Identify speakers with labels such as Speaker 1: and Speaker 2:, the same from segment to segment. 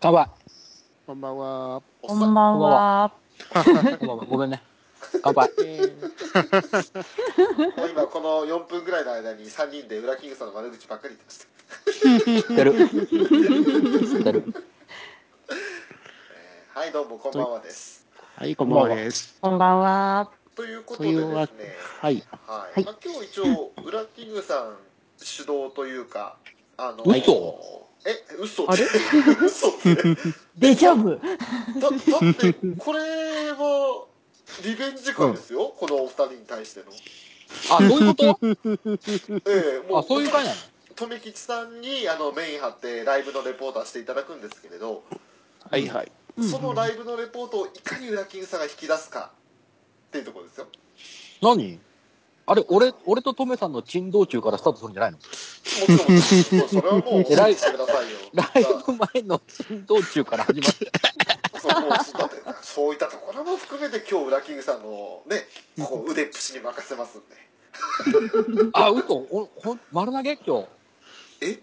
Speaker 1: かわ
Speaker 2: こんばんは。
Speaker 3: こんばんは。
Speaker 1: い。ご めんごめんね。乾杯。
Speaker 2: えー
Speaker 4: もう今この4分ぐらいの間に3人で裏キングさんの悪口ばっかり言ってました
Speaker 1: 知ってる。知ってる。
Speaker 4: えーはいどうもこんばんはです
Speaker 2: はい、こんばんはです。
Speaker 3: こんばんは。
Speaker 4: ということ
Speaker 2: と
Speaker 4: で
Speaker 2: い
Speaker 4: です
Speaker 2: うわけ
Speaker 4: ね、
Speaker 2: はい。
Speaker 4: はい
Speaker 3: はい
Speaker 4: まあ、今日一応裏キングさん主導というかあの
Speaker 1: 嘘
Speaker 4: え嘘
Speaker 3: あれ
Speaker 4: 嘘ってだ
Speaker 3: デジャブ。
Speaker 4: だってこれはリベンジ感ですよ、このお二人に対しての
Speaker 1: あ、そういうこ
Speaker 4: ええ
Speaker 1: とあ、そういう感じなの
Speaker 4: 留吉さんにあのメイン張ってライブのレポーターしていただくんですけれど、
Speaker 2: はいはい。
Speaker 4: そのライブのレポートをいかに裏キングさんが引き出すかっていうところで すよ
Speaker 1: 何あれ、俺、俺とトメさんの珍道中からスタートするんじゃないの
Speaker 4: もちろんもちろんそれはもう
Speaker 1: 偉い
Speaker 4: してくださいよ
Speaker 1: ライブ前の珍道中から始まって。
Speaker 4: そうもうだってそういったところも含めて今日裏キングさんのねこう腕っぷしに任せますんで
Speaker 1: あ、嘘おほん丸投げ今日。
Speaker 4: え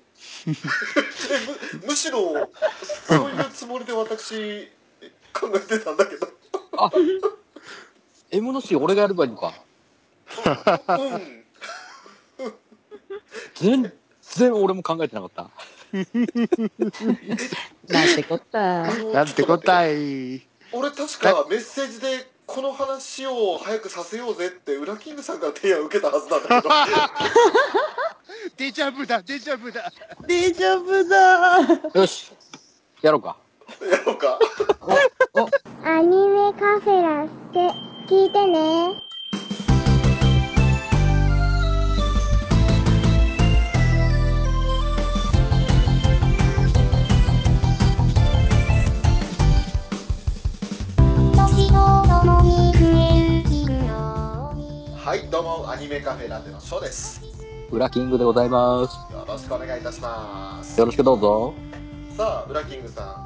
Speaker 4: むむしろそういうつもりで私考えてたんだけど
Speaker 1: M の C 俺がやればいいのか。
Speaker 4: うん
Speaker 1: 全然俺も考えてなかった。
Speaker 3: なんてこった
Speaker 4: あ。の
Speaker 2: なんて
Speaker 4: ちょっと待って
Speaker 2: 答え。
Speaker 4: 俺確かメッセージでこの話を早くさせようぜって裏キングさんから提案を受けたはずなん だけど
Speaker 2: デジャブだ、デジャブだ。
Speaker 3: デジャブだ。
Speaker 1: よし。やろうか。
Speaker 4: やろうか
Speaker 5: アニメカフェラって聞いてね。年とともに増える金曜日。
Speaker 4: はいどうもアニメカフェラテのショーです
Speaker 1: 裏キングでございます。
Speaker 4: よろしくお願いいたします
Speaker 1: よろしくどうぞ。
Speaker 4: さあ裏キングさ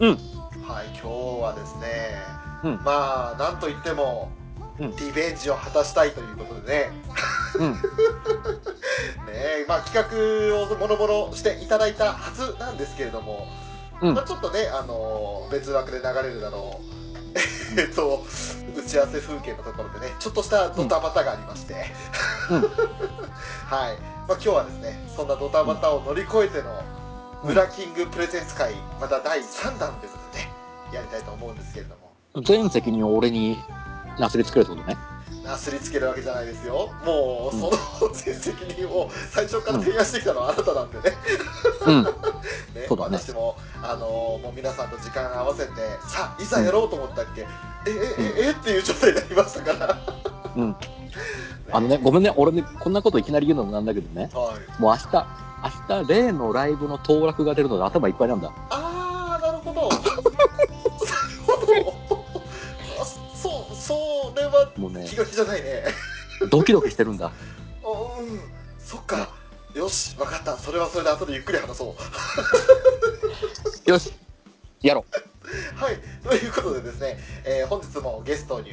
Speaker 1: うん。
Speaker 4: んはい今日はですね、
Speaker 1: うん
Speaker 4: まあなんといっても、
Speaker 1: うん
Speaker 4: リベンジを果たしたいということでね
Speaker 1: うん。
Speaker 4: ねえまあ、企画をもろもろしていただいたはずなんですけれども、
Speaker 1: うん
Speaker 4: まあ、ちょっとね、あのー別枠で流れるだろう、え っと、打ち合わせ風景のところでねちょっとしたドタバタがありまして、
Speaker 1: うん
Speaker 4: はいまあ、今日はですねそんなドタバタを乗り越えての「裏キングプレゼンツ会」また第3弾ということでねやりたいと思うんですけれども。
Speaker 1: 全責任を俺になすりつけるってことね。
Speaker 4: なすりつけるわけじゃないですよもうその全責任を最初から提案してきたのはあなたなんでね
Speaker 1: うん。
Speaker 4: ね、
Speaker 1: そうだね
Speaker 4: 私も、あのーもう皆さんと時間合わせてさあいざやろうと思ったっけ、ええええっていう状態になりましたから
Speaker 1: うん。あのね、ごめんね、俺ね、こんなこといきなり言うのもなんだけどね、
Speaker 4: はい、
Speaker 1: もう明日、明日、例のライブの当落が出るので頭いっぱいなんだ。
Speaker 4: ああなる ほどなるほどあそうそれは
Speaker 1: もうね
Speaker 4: 気、が気じゃないね
Speaker 1: ドキドキしてるんだ。
Speaker 4: あうんそっかよし分かったそれはそれで後でゆっくり話そう
Speaker 1: よし、やろ
Speaker 4: はい、ということでですね、えー本日もゲストに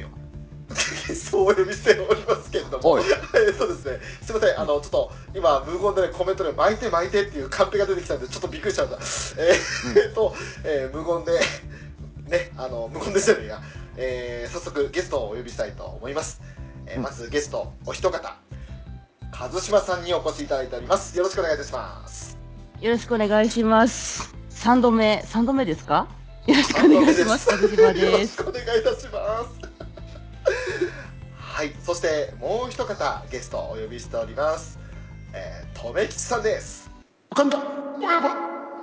Speaker 4: ゲストをお呼びしておりますけれども、
Speaker 1: おい
Speaker 4: え ーとですね、すみません、あのちょっと今、無言で、ね、コメントで巻いて巻いてっていうカンペが出てきたんで、ちょっとびっくりしちゃった。えーえー と、えー無言で、ね、あの無言ですよね、いやえー早速ゲストをお呼びしたいと思います。えーまずゲスト、お一方、和島さんにお越しいただいております。よろしくお願いいたします。
Speaker 3: よろしくお願いします。三度目、三度目ですか。よろしくお願いします。小島
Speaker 4: よろ
Speaker 3: で
Speaker 4: し
Speaker 3: す。
Speaker 4: くお願いいたします。はい、そしてもう一方ゲストをお呼びしております。えー、とめきちさんです。
Speaker 6: 神田やばい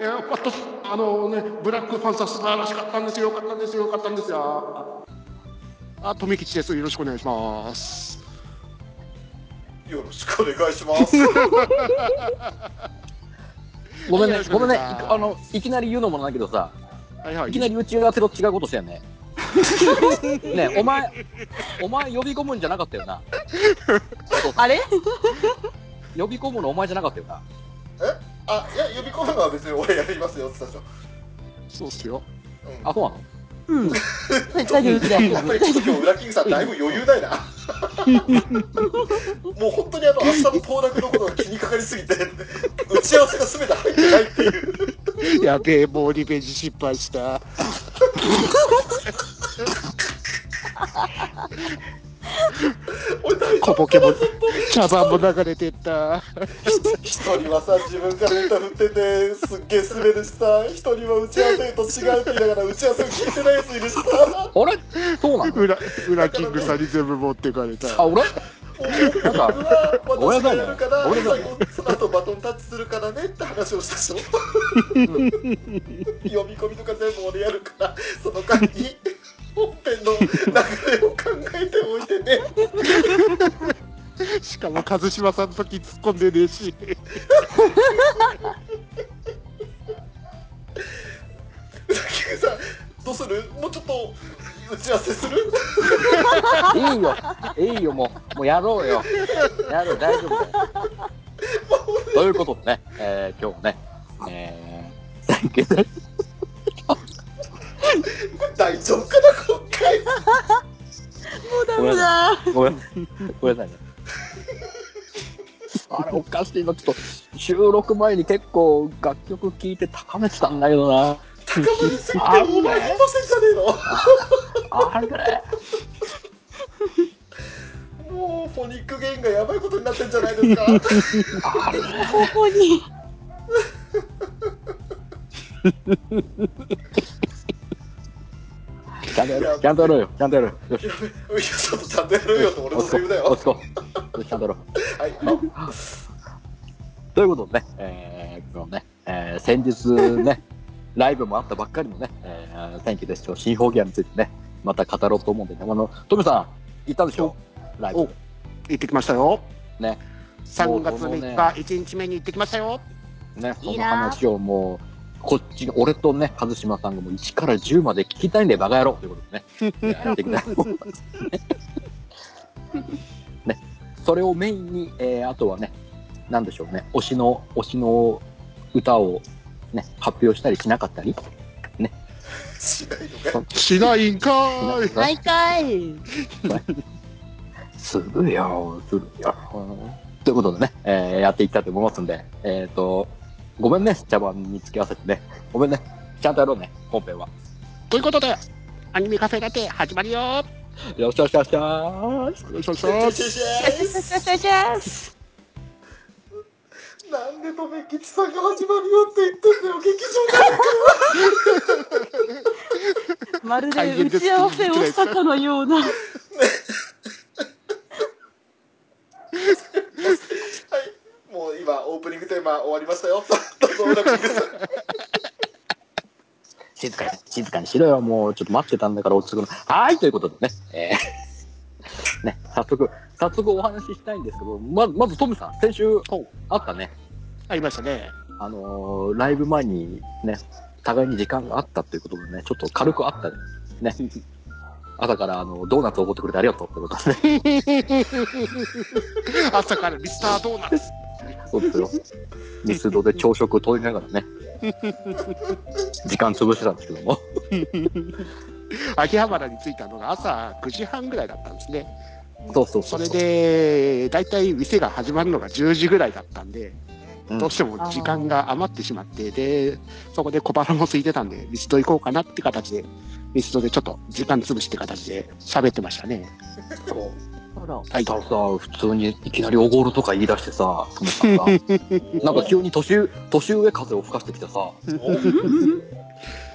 Speaker 6: や私あのねブラックパンサー素晴らしかったんですよよかったんですよよかったんですよああ富吉ですよろしくお願いします
Speaker 4: よろしくお願いします。
Speaker 1: う。ごめ
Speaker 2: よ
Speaker 1: んね
Speaker 2: ろし、く
Speaker 1: ご
Speaker 2: お
Speaker 1: めんね、
Speaker 2: 願
Speaker 1: い
Speaker 2: いします
Speaker 1: あの、いきなり言うのもなんだけどさ、
Speaker 2: はいはいい
Speaker 1: き。なり打ち合わせと違うことし たよね。ねえお前、お前呼び込むんじゃなかった よな。
Speaker 3: あれ。
Speaker 1: 呼び込むのお前じゃなかったよな。
Speaker 4: え、あ、いや呼び込むのは別に俺やりますよって言ったでし
Speaker 2: そうっすよ。
Speaker 4: ょ。うん。
Speaker 1: あ、そうなの
Speaker 3: うん。大丈夫大
Speaker 4: や
Speaker 3: 丈
Speaker 4: っ
Speaker 3: 夫
Speaker 4: ぱりちょっと今日裏キングさんだいぶ余裕ないな。もう本当にあの明日の当落のことが気にかかりすぎて打ち合わせがすべて入ってないっていう。
Speaker 6: やべえ、もうリベンジ失敗 した。
Speaker 4: 俺大丈
Speaker 6: 小ボケも、茶番も流れてった。
Speaker 4: 夫一人はさ自分からネタ振っててすっげえ滑るしさ一人は打ち合わせと違うって言いながら打ち合わせを聞いてないやついるしさ
Speaker 1: あれそうなの
Speaker 6: 裏、裏キングさんに全部持ってかれた。
Speaker 1: あ、俺なんか
Speaker 4: 僕は
Speaker 1: ごめんな
Speaker 4: 私が
Speaker 1: さいね
Speaker 4: やるから
Speaker 1: ごめ
Speaker 4: 最
Speaker 1: んなさい
Speaker 4: 後その後バトンタッチするからねって話をしたでしょ読み込みとか全部俺やるからその間に本編の流れを考えておいてね
Speaker 6: しかも、一島さんの時突っ込んでねえし。
Speaker 4: 宇崎君さんどうするもうちょっと打ち合わせする
Speaker 1: いいよ、いいよ、もう、もうやろうよ。やろう、大丈夫だよ。ということでね、えー、今日もね、えー、けど
Speaker 4: 大丈夫かな今回
Speaker 3: うダメだ。
Speaker 1: ごめん、ごめんなさいね。あれおかしいな、ちょっと収録前に結構楽曲聴いて高めてたんだけどな。
Speaker 4: 高まりすぎてお前いませんじゃねえの
Speaker 1: あれ
Speaker 4: もうフォニックゲインがやばいことになってんじゃないですか
Speaker 3: ここに。
Speaker 1: ちゃんとやろう、ちゃんとやろうよ、ちゃんとやろうよ。よし、
Speaker 4: いやちょっとちゃんとやろうよって俺の
Speaker 1: 落ち着
Speaker 4: セリフだ
Speaker 1: こう、
Speaker 4: よ
Speaker 1: 落ち着こう。よしちゃんとやろう。
Speaker 4: はい
Speaker 1: ということでね、えー、今日ね、えー、先日 ね、ライブもあったばっかりのね、えー、天気ですと新表現についてね、また語ろうと思うんでね、あの、トムさん、行ったでしょライ
Speaker 6: お
Speaker 1: ブ。、
Speaker 6: 行ってきましたよ。
Speaker 1: ね。
Speaker 6: 3月3日、1日目に行ってきましたよ。
Speaker 1: ね、
Speaker 3: い
Speaker 1: そ
Speaker 3: い
Speaker 1: の
Speaker 3: な
Speaker 1: 話をもう、こっち、俺とね、一島さんがもう1から10まで聞きたいんで、バカ野郎ということで ね、やっていきたいと思います。ね、それをメインに、えー、あとはね、なんでしょうね、推しの、推しの歌を、ね、発表したりしなかったり、
Speaker 4: しないのか
Speaker 6: しないんかーい。
Speaker 3: 毎回。
Speaker 1: するよ、するよ。ということでね、えーやっていきたいと思いますんで、えっ、と、ごめんね、茶番に付き合わせてね。ごめんね、ちゃんとやろうね、本編は。
Speaker 6: ということで、アニメカフェラテ始まるよ。よ
Speaker 1: よっしゃよっしゃよっしゃー
Speaker 6: ろしくお願いし
Speaker 4: よ
Speaker 6: ま
Speaker 4: しよ
Speaker 6: す。
Speaker 4: しよしなんでとめきちさんが始まるよって言ってんだよ劇場が
Speaker 3: まるで打ち合わせをしたかのような。
Speaker 4: はいもう今オープニングテーマ終わりました よどうぞ村木さん
Speaker 1: 静かに、静かにしろよ、もうちょっと待ってたんだから落ち着くの。はーい、ということでね、えー ね、早速、早速お話ししたいんですけど、まず、まずトムさん、先週
Speaker 6: お
Speaker 1: あったね、
Speaker 6: ありましたね。
Speaker 1: あのーライブ前にね、互いに時間があったということでね、ちょっと軽くあった ね。朝からあのドーナツを送ってくれてありがとうってことですね。
Speaker 6: 朝からミスタードーナツ。
Speaker 1: そうですよ。ミスドで朝食を取りながら ね、時間潰してたんですけども。
Speaker 6: 秋葉原に着いたのが朝9時半ぐらいだったんですね。
Speaker 1: そうそう
Speaker 6: そうれ、で、だいたい店が始まるのが10時ぐらいだったんで、
Speaker 1: うん
Speaker 6: どうしても時間が余ってしまって、で、そこで小腹も空いてたんで、ミスド行こうかなって形で、ミスドでちょっと時間潰しって形で喋ってましたね。はい
Speaker 1: さあさあ、普通にいきなりおごるとか言い出してさ、トムさんが。 なんか急に年上年上風を吹かしてきてさ、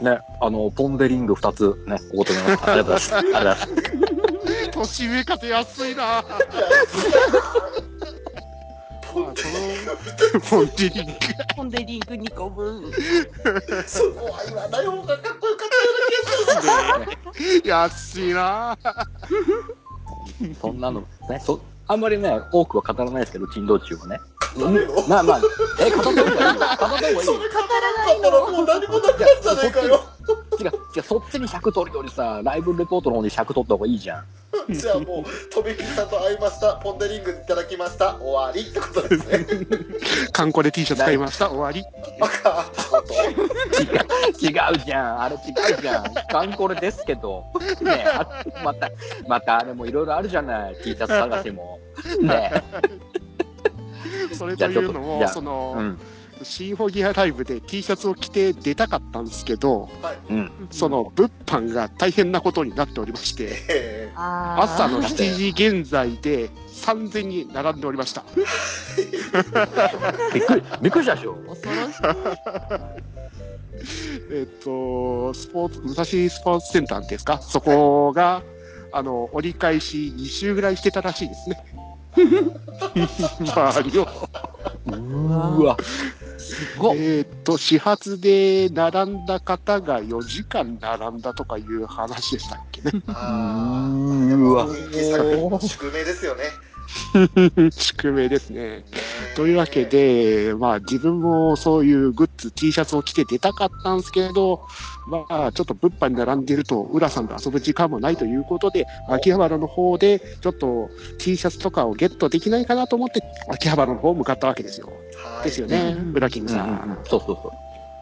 Speaker 1: ね、あの、ポンデリング2つね、おごってもらいました。ありがとうございます。ありがとうございます。
Speaker 6: 年上風安いな。ポンデリング。ポンデリング。
Speaker 3: ポンデリング2個分。
Speaker 4: そこは言わない方がかっこよかっ
Speaker 6: 安いな。
Speaker 1: そんなの、ね、そあんまりね、多くは語らないですけど、珍道中はね。
Speaker 4: よ
Speaker 1: まあまあ、え、語った方がいいよ。語った方がいいよ。
Speaker 4: たそれ語らなかったらもう何もなかったじゃないかよ
Speaker 1: 違う、違う、そっちに尺取るよりさ、ライブレポートの方に尺取った方がいいじゃん。
Speaker 4: じゃあもうとめきちさんと会いましたポンデリングいただきました終わりってことですね
Speaker 6: カンコレ T シャツ買いました。終わり。
Speaker 4: バカ
Speaker 1: 違う、違うじゃん。あれ違うじゃん。観光ですけど。ねあまた、またあれもいろいろあるじゃない。T シャツ探しも。ね
Speaker 6: それというの
Speaker 1: じ
Speaker 6: も、
Speaker 1: ゃあちょっと
Speaker 6: その、
Speaker 1: うん。
Speaker 6: シーフォギアライブで T シャツを着て出たかったんですけど、
Speaker 1: うん。
Speaker 6: その物販が大変なことになっておりまして、
Speaker 4: え
Speaker 3: あー
Speaker 6: 朝の7時現在で3000人並んでおりました。
Speaker 1: びっくり、びっくりしたでしょ。
Speaker 3: 恐ろしい。
Speaker 6: えっと、スポーツ、武蔵スポーツセンターですかそこが、あの、折り返し2周ぐらいしてたらしいです ね。周りを。
Speaker 1: うーわ。すごっ。
Speaker 6: えーっと、始発で並んだ方が4時間並んだとかいう話でしたっけね。
Speaker 4: ー、あー
Speaker 1: う わ。
Speaker 4: 人気作品の宿命ですよね。
Speaker 6: 宿命ですね。というわけで、まあ自分もそういうグッズ、T シャツを着て出たかったんですけど、まあちょっと物販に並んでいると、浦さんと遊ぶ時間もないということで、秋葉原の方でちょっと T シャツとかをゲットできないかなと思って、秋葉原の方向かったわけですよ。
Speaker 4: はい、
Speaker 6: ですよね、浦キングさ
Speaker 1: うんうんう
Speaker 6: ん。
Speaker 1: んそうそうそう。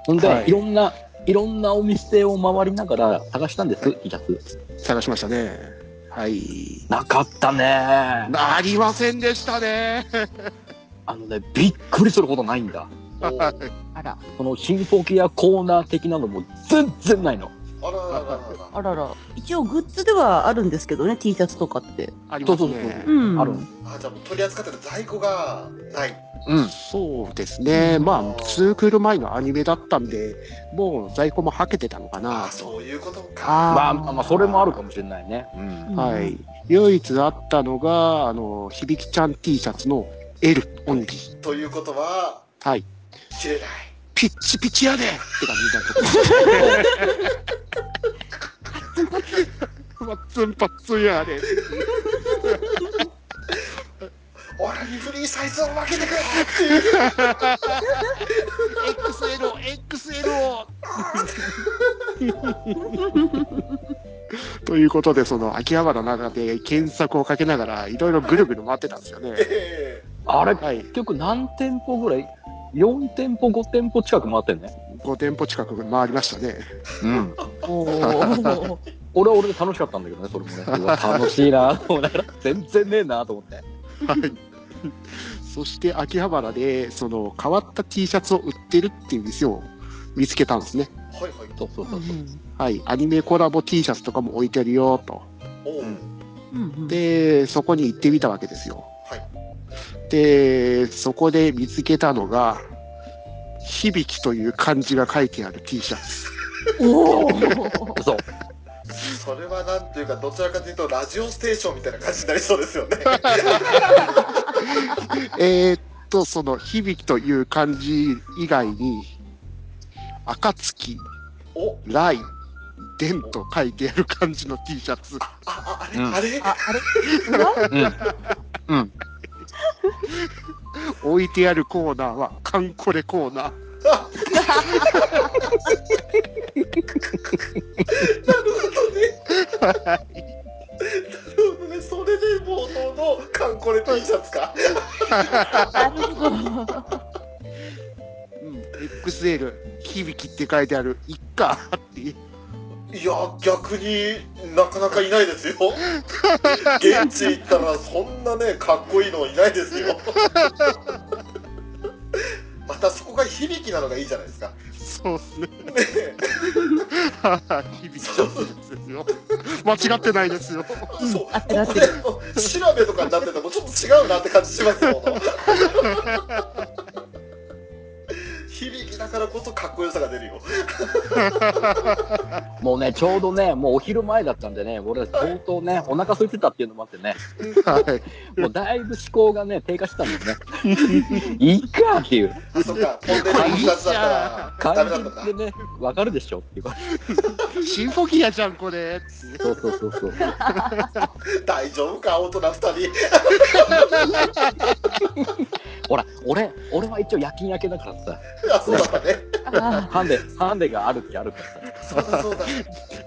Speaker 1: ほんで、
Speaker 6: はい
Speaker 1: い、ろんな、いろんなお店を回りながら探したんです、T シャツ。
Speaker 6: 探しましたね。はい。
Speaker 1: なかったねー
Speaker 6: ありませんでしたね。
Speaker 1: あのね、びっくりするほどないんだ。
Speaker 4: おーあら
Speaker 3: あら、
Speaker 1: このシンフォギアコーナー的なのも全然ないの。
Speaker 4: らららら
Speaker 3: あらら。一応グッズではあるんですけどね、T シャツとかって。
Speaker 6: あり
Speaker 1: そ
Speaker 6: ま
Speaker 1: うそ
Speaker 6: す
Speaker 1: うそう
Speaker 6: ね。。
Speaker 3: うん。
Speaker 1: ある
Speaker 4: ら。あ、じゃあもう取り扱ってる在庫がない。
Speaker 1: うん。
Speaker 6: そうですね。まあ、ツークール前のアニメだったんで、もう在庫もはけてたのか
Speaker 4: あ
Speaker 6: な
Speaker 4: ー、そういうことか。
Speaker 1: まあ、
Speaker 3: あ
Speaker 1: まあ、まあそれもあるかもしれないね。うん。
Speaker 3: ー
Speaker 6: はい。。唯一あったのが、あの、響ちゃん T シャツの L オンリー。
Speaker 4: ということは、
Speaker 6: はい。
Speaker 4: 切れない。
Speaker 6: ピッチピチやでって感じだった。パッツンパッツンやで。
Speaker 4: 俺にフリーサイズを分けてくれっていう。
Speaker 6: XL を XL をということで、その秋葉原の中で検索をかけながら、いろいろぐるぐる回ってたんですよね。
Speaker 4: え
Speaker 1: あれ、
Speaker 6: はい
Speaker 1: 結局何店舗ぐらい ?4 店舗、5店舗近く回ってんね。
Speaker 6: 5店舗近く回りましたね。
Speaker 1: うん。
Speaker 3: お ー
Speaker 1: 俺は俺で楽しかったんだけどね、それもね。うわ楽しいなと思いながら、全然ねえなと思って。
Speaker 6: そして秋葉原で、その変わった T シャツを売ってるっていう店を見つけたんですね。
Speaker 4: ー、はいはい。
Speaker 1: そうそうそう。
Speaker 6: はい。アニメコラボ T シャツとかも置いてるよ、と。
Speaker 4: おう
Speaker 3: うん
Speaker 6: で、そこに行ってみたわけですよ。
Speaker 4: はい。
Speaker 6: で、そこで見つけたのが、響きという漢字が書いてある T シャ ツ。
Speaker 3: お ー
Speaker 1: そう。
Speaker 4: それはなんていうか、どちらかというと、ラジオステーションみたいな感じになりそうですよね。
Speaker 6: えーっと、その響きという漢字以外に、暁、
Speaker 4: お、
Speaker 6: 雷、伝と書いてある漢字の T シャツ。
Speaker 4: あ、あ
Speaker 1: う
Speaker 4: れ、
Speaker 1: ん
Speaker 4: あれ、
Speaker 3: あ、あれうわ
Speaker 1: うん。うん。
Speaker 6: 置いてあるコーナーは、カンコレコーナー。
Speaker 4: そうねそれで冒頭のカンコレ T シャツか。
Speaker 3: なるほど。
Speaker 6: うん、XL、響きって書いてある、いっかっていう。
Speaker 4: いや、逆になかなかいないですよ。現地行ったら、そんなね、かっこいいのいないですよ。またそこが響きなのがいいじゃないですか。
Speaker 6: そうですね。
Speaker 4: ねえ
Speaker 6: 響きちゃうんですよ。間違ってないですよ。
Speaker 4: そう、
Speaker 3: あってなってる
Speaker 4: これ調べとかになっててもちょっと違うなって感じしますもの 響きだからこそかっこよさが出るよ
Speaker 1: もうね、ちょうどね、もうお昼前だったんでね、俺ら相当ね、お腹空いてたっていうのもあってね、
Speaker 6: はい。
Speaker 1: もうだいぶ思考がね、低下してたんだよね。 いいかっていう
Speaker 4: あそっかポンデリング2つだったらダ
Speaker 1: 感
Speaker 4: メだったんだ
Speaker 1: じでね、わかるでしょっていうか。
Speaker 6: シンフォギアじゃん、これ。
Speaker 1: そうそうそうそう。
Speaker 4: 大丈夫か大人2人
Speaker 1: ほら、俺、俺は一応夜勤明けだからさ、
Speaker 4: あそうだったね
Speaker 3: あ
Speaker 1: ハンデ、ハンデがあるってあるからさ。
Speaker 4: そうだそうだ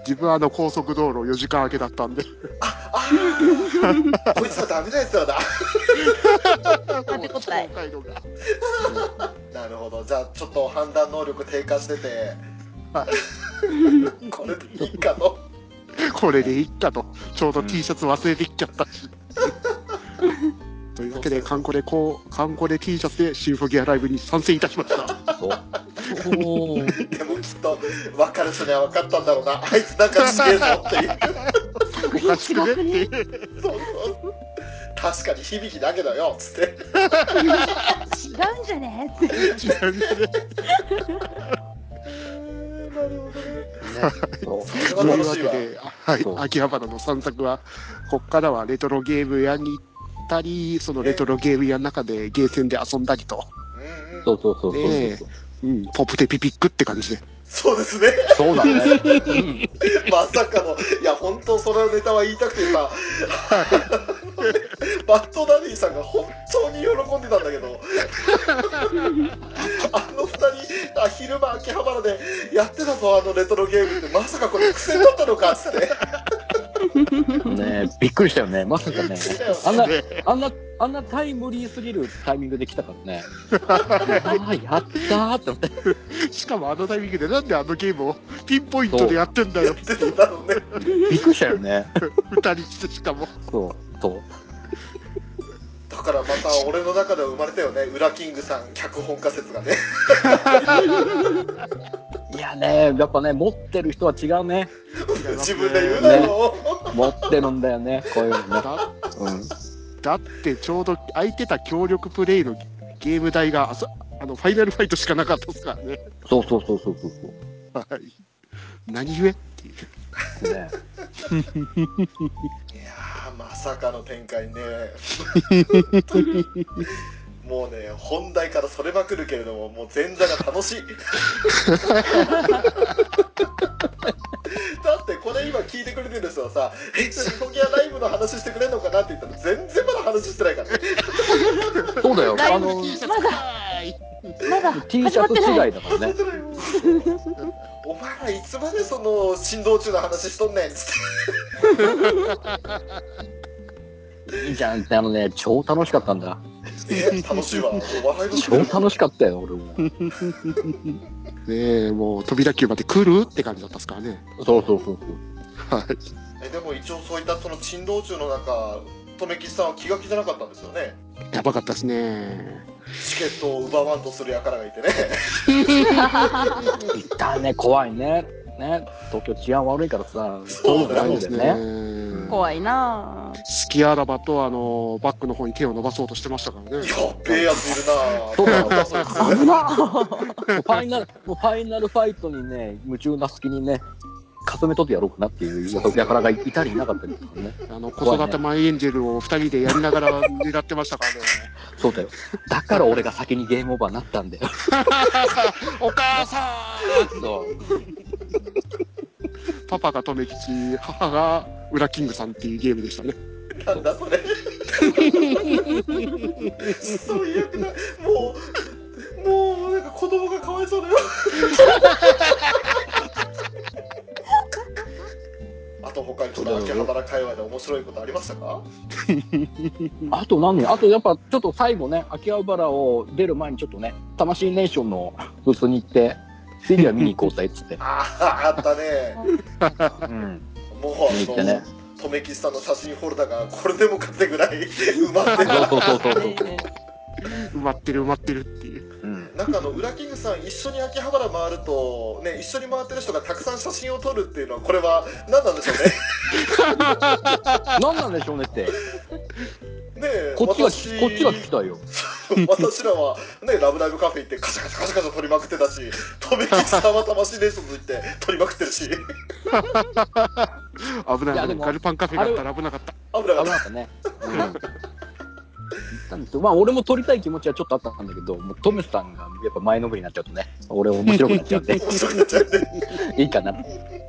Speaker 6: 自分はあの高速道路4時間明けだったんで。
Speaker 4: あーこいつはダメなやつらだ
Speaker 3: ーなんて答え。
Speaker 6: 北海道が
Speaker 4: なるほどじゃあちょっと判断能力低下してて
Speaker 6: は
Speaker 4: これでいいかと
Speaker 6: これでいっかと。ちょうど T シャツ忘れてきちゃったし。というわけで、カンコレこう、カンコレ T シャツでシンフォギアライブに参戦いたしました。
Speaker 1: そう
Speaker 3: おー
Speaker 4: でもきっと分かる人には分かったんだろう なあいつなんかすげえぞっていう
Speaker 3: 作品違くね
Speaker 4: そうそう確かに響きだけだよつって
Speaker 3: 違うんじゃねって
Speaker 4: なるほどね
Speaker 1: そう
Speaker 4: そ
Speaker 6: と
Speaker 4: れ
Speaker 6: いう
Speaker 4: は楽
Speaker 6: わ
Speaker 4: しい
Speaker 6: け
Speaker 4: わ
Speaker 6: で、あはい
Speaker 1: そう、
Speaker 6: 秋葉原の散策は、こっからはレトロゲーム屋に行ったり、そのレトロゲーム屋の中でゲーセンで遊んだりと、
Speaker 4: うんうん
Speaker 1: そうそうそうそうそう、
Speaker 6: ねえうん、ポップテピピックって感じで。
Speaker 4: そうですね
Speaker 1: そうだね
Speaker 4: まさかのいや本当そのネタは言いたくてさ バッドダディさんが本当に喜んでたんだけどあの二人あ昼間秋葉原でやってたぞあのレトロゲームってまさかこれ癖だったのかっつって
Speaker 1: ねえびっくりしたよねまさかねあんなあんなあんなタイムリーすぎるタイミングで来たからねああやったーって思って
Speaker 6: しかもあのタイミングで、なんであのゲームをピンポイントでやってんだよ、
Speaker 4: 出てたのね
Speaker 1: びっくりしたよね
Speaker 6: 二人してしかも。
Speaker 1: そうそう
Speaker 4: だからまた俺の中では生まれたよね裏キングさん脚本家説がね
Speaker 1: いやねやっぱね持ってる人は違うね
Speaker 4: 自分で言うなよ、
Speaker 1: 持ってるんだよねこういうのね
Speaker 6: だ
Speaker 1: うん
Speaker 6: だってちょうど空いてた協力プレイのゲーム代があそあのファイナルファイトしかなかったですからね。
Speaker 1: そうそうそうそうそうそう
Speaker 6: はい、何故っていう。
Speaker 1: ね
Speaker 4: いやーまさかの展開ねもうね本題からそれまくるけれどももう前座が楽しいだってこれ今聞いてくれてる人はさ「えシンフォギアライブの話してくれんのかな?」って言ったら全然まだ話してないからね
Speaker 1: そうだよ
Speaker 3: ラ
Speaker 1: あ
Speaker 3: イブ
Speaker 1: の
Speaker 3: まだまだ
Speaker 1: T シャツ違いだからね
Speaker 4: お前らいつまでその振動中の話しとんねんっつって
Speaker 1: いいじゃんってあのね超楽しかったんだ
Speaker 4: え楽しい わ。もう笑いの
Speaker 1: 超楽しかったよ俺も
Speaker 6: ねえ、もう扉級まで来るって感じだったですからね。
Speaker 1: そうそうそう
Speaker 6: はい。
Speaker 4: えでも一応そういったその珍道中の中、留吉さんは気が気じゃなかったんですよね。
Speaker 6: やばかったですね。
Speaker 4: チケットを奪わんとする輩がい てね。
Speaker 1: そういったね怖いねね東京治安悪いからさ
Speaker 4: そうだ
Speaker 1: な
Speaker 4: よ
Speaker 1: んだ
Speaker 6: です
Speaker 1: よね
Speaker 6: ね。
Speaker 3: 怖いなぁ
Speaker 6: スキアラバとあのバックの方に手を伸ばそうとしてましたからね。
Speaker 4: やっべえやついるなぁ。
Speaker 1: そうだよ
Speaker 4: なんだそいつ
Speaker 3: 危なぁ
Speaker 1: もうファイナルもうファイナルファイトにね夢中な隙にねかすめ取ってやろうかなっていうやからがいたりいなかったりとかね
Speaker 6: あの子育てマイエンジェルを二人でやりながら狙ってましたからね。
Speaker 1: そうだよだから俺が先にゲームオーバーになったんだよ
Speaker 6: お母さ
Speaker 1: そう
Speaker 6: ん。パパが留吉、母が裏キングさんっていうゲームでしたね。
Speaker 4: なんだそれ。そういう役な、もう、もうなんか子供がかわいそうだ よ。あと他にちょっと秋葉原界隈で面白いことありましたか。
Speaker 1: あと何あとやっぱちょっと最後ね、秋葉原を出る前にちょっとね、魂ネーションのブースに行って、セリア見に行こうぜっつって
Speaker 4: ああ、あったね。
Speaker 1: うん。
Speaker 4: もう
Speaker 1: 見に行って
Speaker 4: あの
Speaker 1: ね。
Speaker 4: 留吉さんの写真ホルダーがこれでもかってぐらい 埋まっ
Speaker 1: そう
Speaker 4: てた
Speaker 1: そうそうそうそう。
Speaker 6: 埋まってる埋まってるっていう。
Speaker 1: うん。
Speaker 4: なんかあの裏キングさん一緒に秋葉原回るとね一緒に回ってる人がたくさん写真を撮るっていうのはこれは何なんでしょう
Speaker 1: 何なんでしょうねって。
Speaker 4: ねねえ
Speaker 1: こっちが、
Speaker 4: 私
Speaker 1: こっちが聞きたいよ。
Speaker 4: 私らはねラブライブカフェ行ってカシャカシャカシャカシャ撮りまくってたし留吉さんは魂レースズ行って撮りまくってるし
Speaker 6: 危 ない
Speaker 1: いや
Speaker 6: 危な
Speaker 1: で
Speaker 6: い。
Speaker 1: も
Speaker 6: ガルパンカフェがあったら危なかった。
Speaker 4: 危
Speaker 1: 危
Speaker 4: なか
Speaker 1: な
Speaker 4: った
Speaker 1: かったね。うん。行ったんですよまあ俺も撮りたい気持ちはちょっとあったんだけど、もうトムさんがやっぱ前のめりになっちゃうとね、俺面白くなっちゃうん で、
Speaker 4: 面白くなっちゃうん で、ね、
Speaker 1: いいかなって。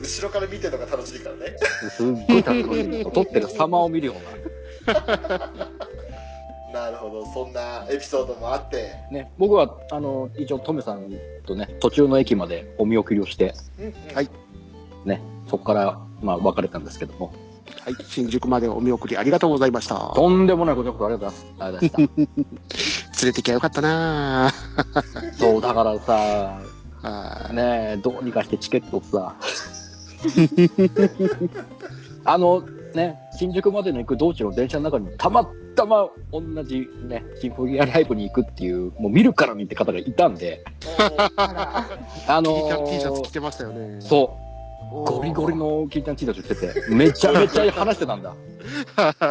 Speaker 4: 後ろから見てるのが楽しいからね
Speaker 1: すっごい楽しい。撮ってる様を見るような。
Speaker 4: なるほどそんなエピソードもあって
Speaker 1: ね、僕はあの一応トメさんとね途中の駅までお見送りをして
Speaker 4: うんうん
Speaker 6: はい
Speaker 1: ねそこからまあ別れたんですけども
Speaker 6: はい。新宿までお見送りありがとうございました。
Speaker 1: とんでもないことありがとうございますありがとうございまし
Speaker 6: 連れてきゃよかったなぁ
Speaker 1: た そうだからさ
Speaker 6: あ
Speaker 1: ねど うにかしてチケットをさあのね新宿までの行く道中の電車の中にもたまたま同じね、シンフォギアライブに行くっていう、もう見るからにって方がいたんで、
Speaker 3: あら
Speaker 1: あ
Speaker 6: キ
Speaker 1: の
Speaker 6: リキャン T シャツ
Speaker 1: ー
Speaker 6: 着、てましたよね。
Speaker 1: そう、
Speaker 6: おー
Speaker 1: ゴリゴリ。のキリタン T シャツ着てて、めちゃめちゃ話してたんだ。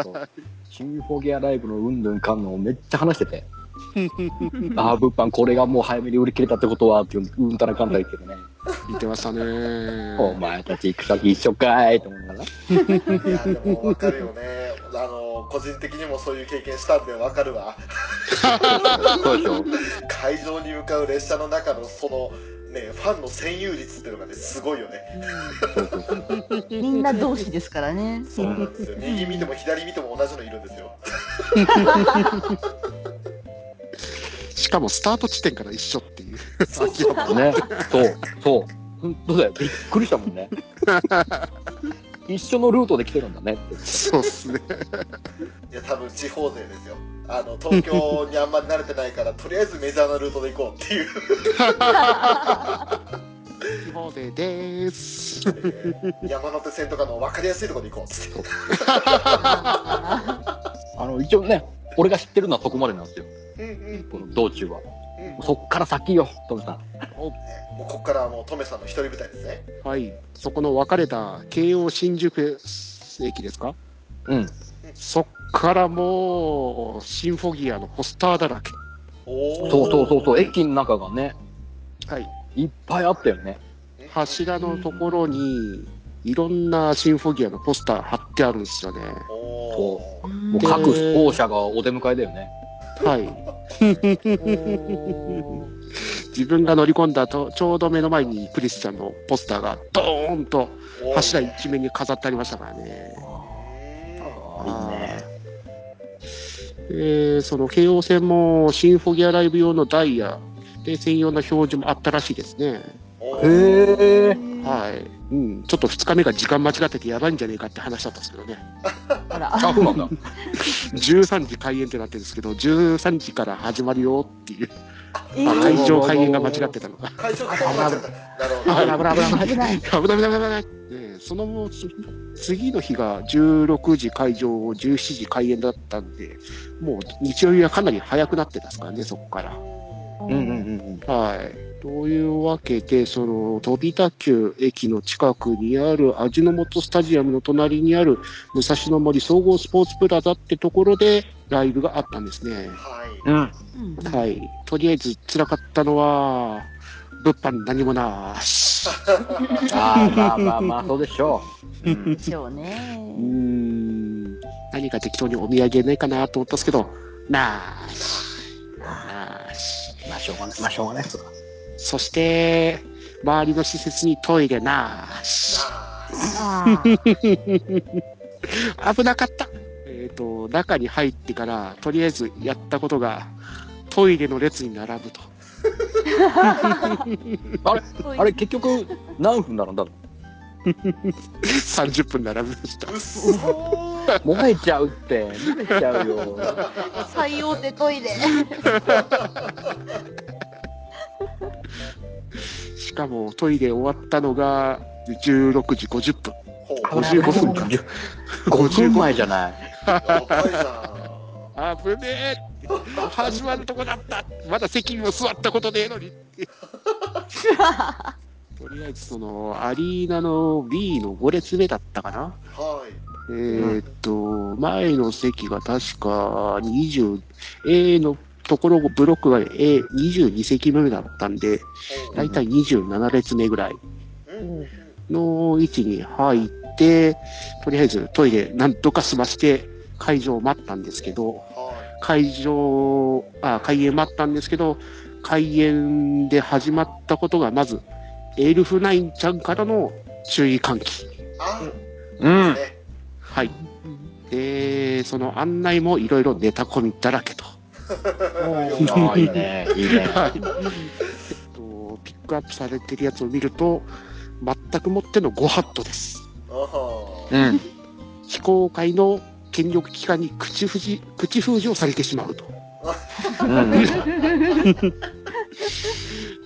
Speaker 1: そうシンフォギアライブのうんぬんかんのをめっちゃ話してて、ああ、物販これがもう早めに売り切れたってことは、っていううんたらかんだ言ってね、
Speaker 6: 言ってましたね。
Speaker 1: お前たち行く先一緒かいと思いながら。
Speaker 4: いやでも分かるよねあの個人的にもそういう経験したんで分かるわ
Speaker 1: そうでしょ
Speaker 4: 会場に向かう列車の中のそのねファンの占有率っていうのがねすごいよね
Speaker 3: みんな同士ですからね。
Speaker 4: そうなんですよ右見ても左見ても同じのいるんですよ
Speaker 6: しかもスタート地点から一緒っ ていう。
Speaker 1: ね、そう、そう、本当だよ、びっくりしたもん ね。一緒のルートで来てるんだねって。
Speaker 6: そうっすね。
Speaker 4: いや多分地方勢ですよあの東京にあんまり慣れてないからとりあえずメジャーなルートで行 こうっていう
Speaker 6: 希望でです。
Speaker 4: えー山手線とかの分かりやすいところに行こうっつって
Speaker 1: あの、一応ね、俺が知ってるのはそこまでなんですよ、
Speaker 4: うんうん
Speaker 1: この道中は。
Speaker 4: うん
Speaker 1: そっから先よ、トムさん。
Speaker 4: もうこっからはもうトメさんの一人舞台ですね
Speaker 6: はい。そこの別れた京王新宿駅ですか
Speaker 1: うん。
Speaker 6: そっからもう、シンフォギアのポスターだらけ。
Speaker 4: おお
Speaker 1: そうそうそうそう、駅の中がね、
Speaker 6: はい。
Speaker 1: いっぱいあったよね。
Speaker 6: 柱のところに、いろんなシンフォギアのポスター貼ってあるんですよね。
Speaker 4: おお
Speaker 1: もう各校舎がお出迎えだよね。
Speaker 6: はい。
Speaker 3: おー
Speaker 6: 自分が乗り込んだと、ちょうど目の前にクリスチャンのポスターが、ドーンと柱一面に飾ってありましたからね。
Speaker 1: ああ、いいね。
Speaker 6: えーその京王線もシンフォギアライブ用のダイヤで専用の表示もあったらしいですね。
Speaker 1: へえ。
Speaker 6: はい。うん。ちょっと2日目が時間間違っててやばいんじゃねえかって話だったんですけどね。
Speaker 3: あら、
Speaker 1: あ、そうなんだ。
Speaker 6: 13時開演ってなってるんですけど、13時から始まるよっていう、
Speaker 3: え
Speaker 1: あ
Speaker 6: 会場開演が間違ってたのが。
Speaker 4: 会長が変わっちゃったなるほ
Speaker 6: 危
Speaker 4: ど
Speaker 6: ない危ない危ない
Speaker 3: 危ない。
Speaker 6: 危ない危ない危ない。でその後つ次の日が16時会場、17時開演だったんで、もう日曜日はかなり早くなってたんですからね、そこから。
Speaker 1: うんうんうん
Speaker 6: はい。というわけで、その、飛び田急駅の近くにある味の素スタジアムの隣にある武蔵野森総合スポーツプラザってところでライブがあったんですね。
Speaker 4: はい
Speaker 1: うん。うん。
Speaker 3: うん
Speaker 6: はい。とりあえず辛かったのは、物販何もなし。
Speaker 1: ああ、まあまあまあ、そうでしょう。うん
Speaker 3: でしょう
Speaker 6: う
Speaker 3: ね
Speaker 6: ー。ん。何か適当にお土産ないかなと思ったんですけど、なし。なし。
Speaker 1: まあ、しょうがない。まあ、しょうがないっすわ。
Speaker 6: そして、周りの施設にトイレなし。
Speaker 4: あー
Speaker 3: あー
Speaker 6: 危なかった。えっ、と、中に入ってから、とりあえずやったことが、トイレの列に並ぶと。
Speaker 1: あれ、あれ、結局、何分並んだの
Speaker 6: 30分並びました。
Speaker 4: うっそー
Speaker 1: 漏れちゃうって、漏れちゃうよ。
Speaker 3: 最大手トイレ。
Speaker 6: しかも、トイレ終わったのが、16時50分。
Speaker 4: ほう
Speaker 1: 五
Speaker 4: や
Speaker 1: 十
Speaker 6: 55
Speaker 1: 五
Speaker 6: 分
Speaker 1: 分
Speaker 6: か
Speaker 1: か。五十前じゃない。
Speaker 4: ばいじゃ
Speaker 6: 危ねえ始まるとこだったまだ席にも座ったことねえのにとりあえず、その、アリーナの B の5列目だったかなん
Speaker 4: はい
Speaker 6: えーっと、前の席が確か20、A のところ、ブロックが A22 席目だったんで、
Speaker 4: ほう
Speaker 6: だいたい27列目ぐらい
Speaker 4: うん
Speaker 6: の位置に入って、とりあえずトイレなんとか済まして、会場を待ったんですけど、
Speaker 4: は
Speaker 6: 会場、あ、開演待ったんですけど、開演で始まったことが、まず、エルフナインちゃんからの注意喚起。
Speaker 4: いあ
Speaker 1: うん。
Speaker 4: ね
Speaker 6: はい。で、その案内もいろいろネタ込みだらけと。
Speaker 1: ああ、いいね。いいね。
Speaker 6: とピックアップされてるやつを見ると、全くもってのご法度です。
Speaker 4: あは
Speaker 1: う
Speaker 4: ー
Speaker 1: ん。
Speaker 6: 非公開の権力機関に口封じ、口封じをされてしまうと。
Speaker 1: うん。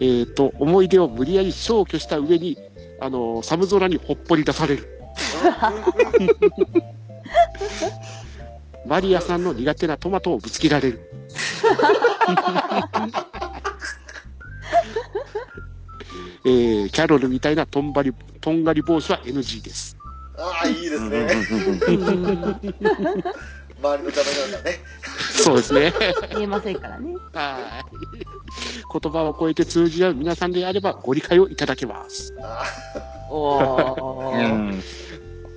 Speaker 6: えっ、と、思い出を無理やり消去した上に、あの、寒空にほっぽり出される。マリアさんの苦手なトマトをぶつけられる。えーキャロルみたいなとんばり、とんがり帽子は NG です。
Speaker 4: ああ、いいですね。周りの邪魔になるからね。
Speaker 6: そうですね。
Speaker 3: 言えませんからね。
Speaker 6: はい。言葉を超えて通じ合う皆さんであればご理解をいただけます。
Speaker 4: あ
Speaker 3: おー。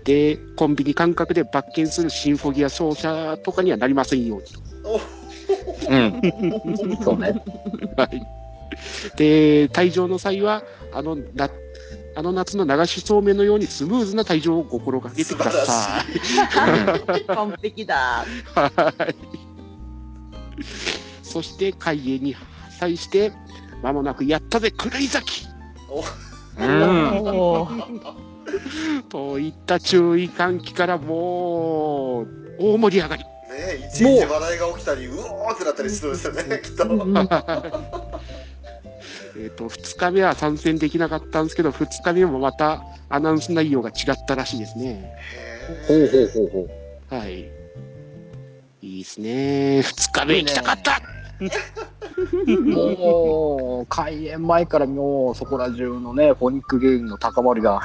Speaker 6: で、コンビニ感覚で罰見するシンフォギア奏者とかにはなりませんようにと。
Speaker 4: あ、お、
Speaker 1: うん。そうね。
Speaker 6: はい。で、退場の際は、あの、な、あの夏の流しそうめんのようにスムーズな退場を心がけてください。
Speaker 3: 完璧だ。
Speaker 6: はい。そして、開演に際して、まもなくやったぜ、狂い咲き
Speaker 1: うん。
Speaker 3: おー
Speaker 6: といった注意喚起からもう、大盛り上がり。
Speaker 4: ねいちいち笑いが起きたり、うおーってなったりするんですよね、きっと。
Speaker 6: えっと2日目は参戦できなかったんですけど、2日目もまたアナウンス内容が違ったらしいですね。
Speaker 4: へ
Speaker 1: ほうほうほうほう。
Speaker 6: はい。いいですね。2日目行きたかった
Speaker 1: もう、開演前からもう、そこら中のね、フォニックゲームの高まりが、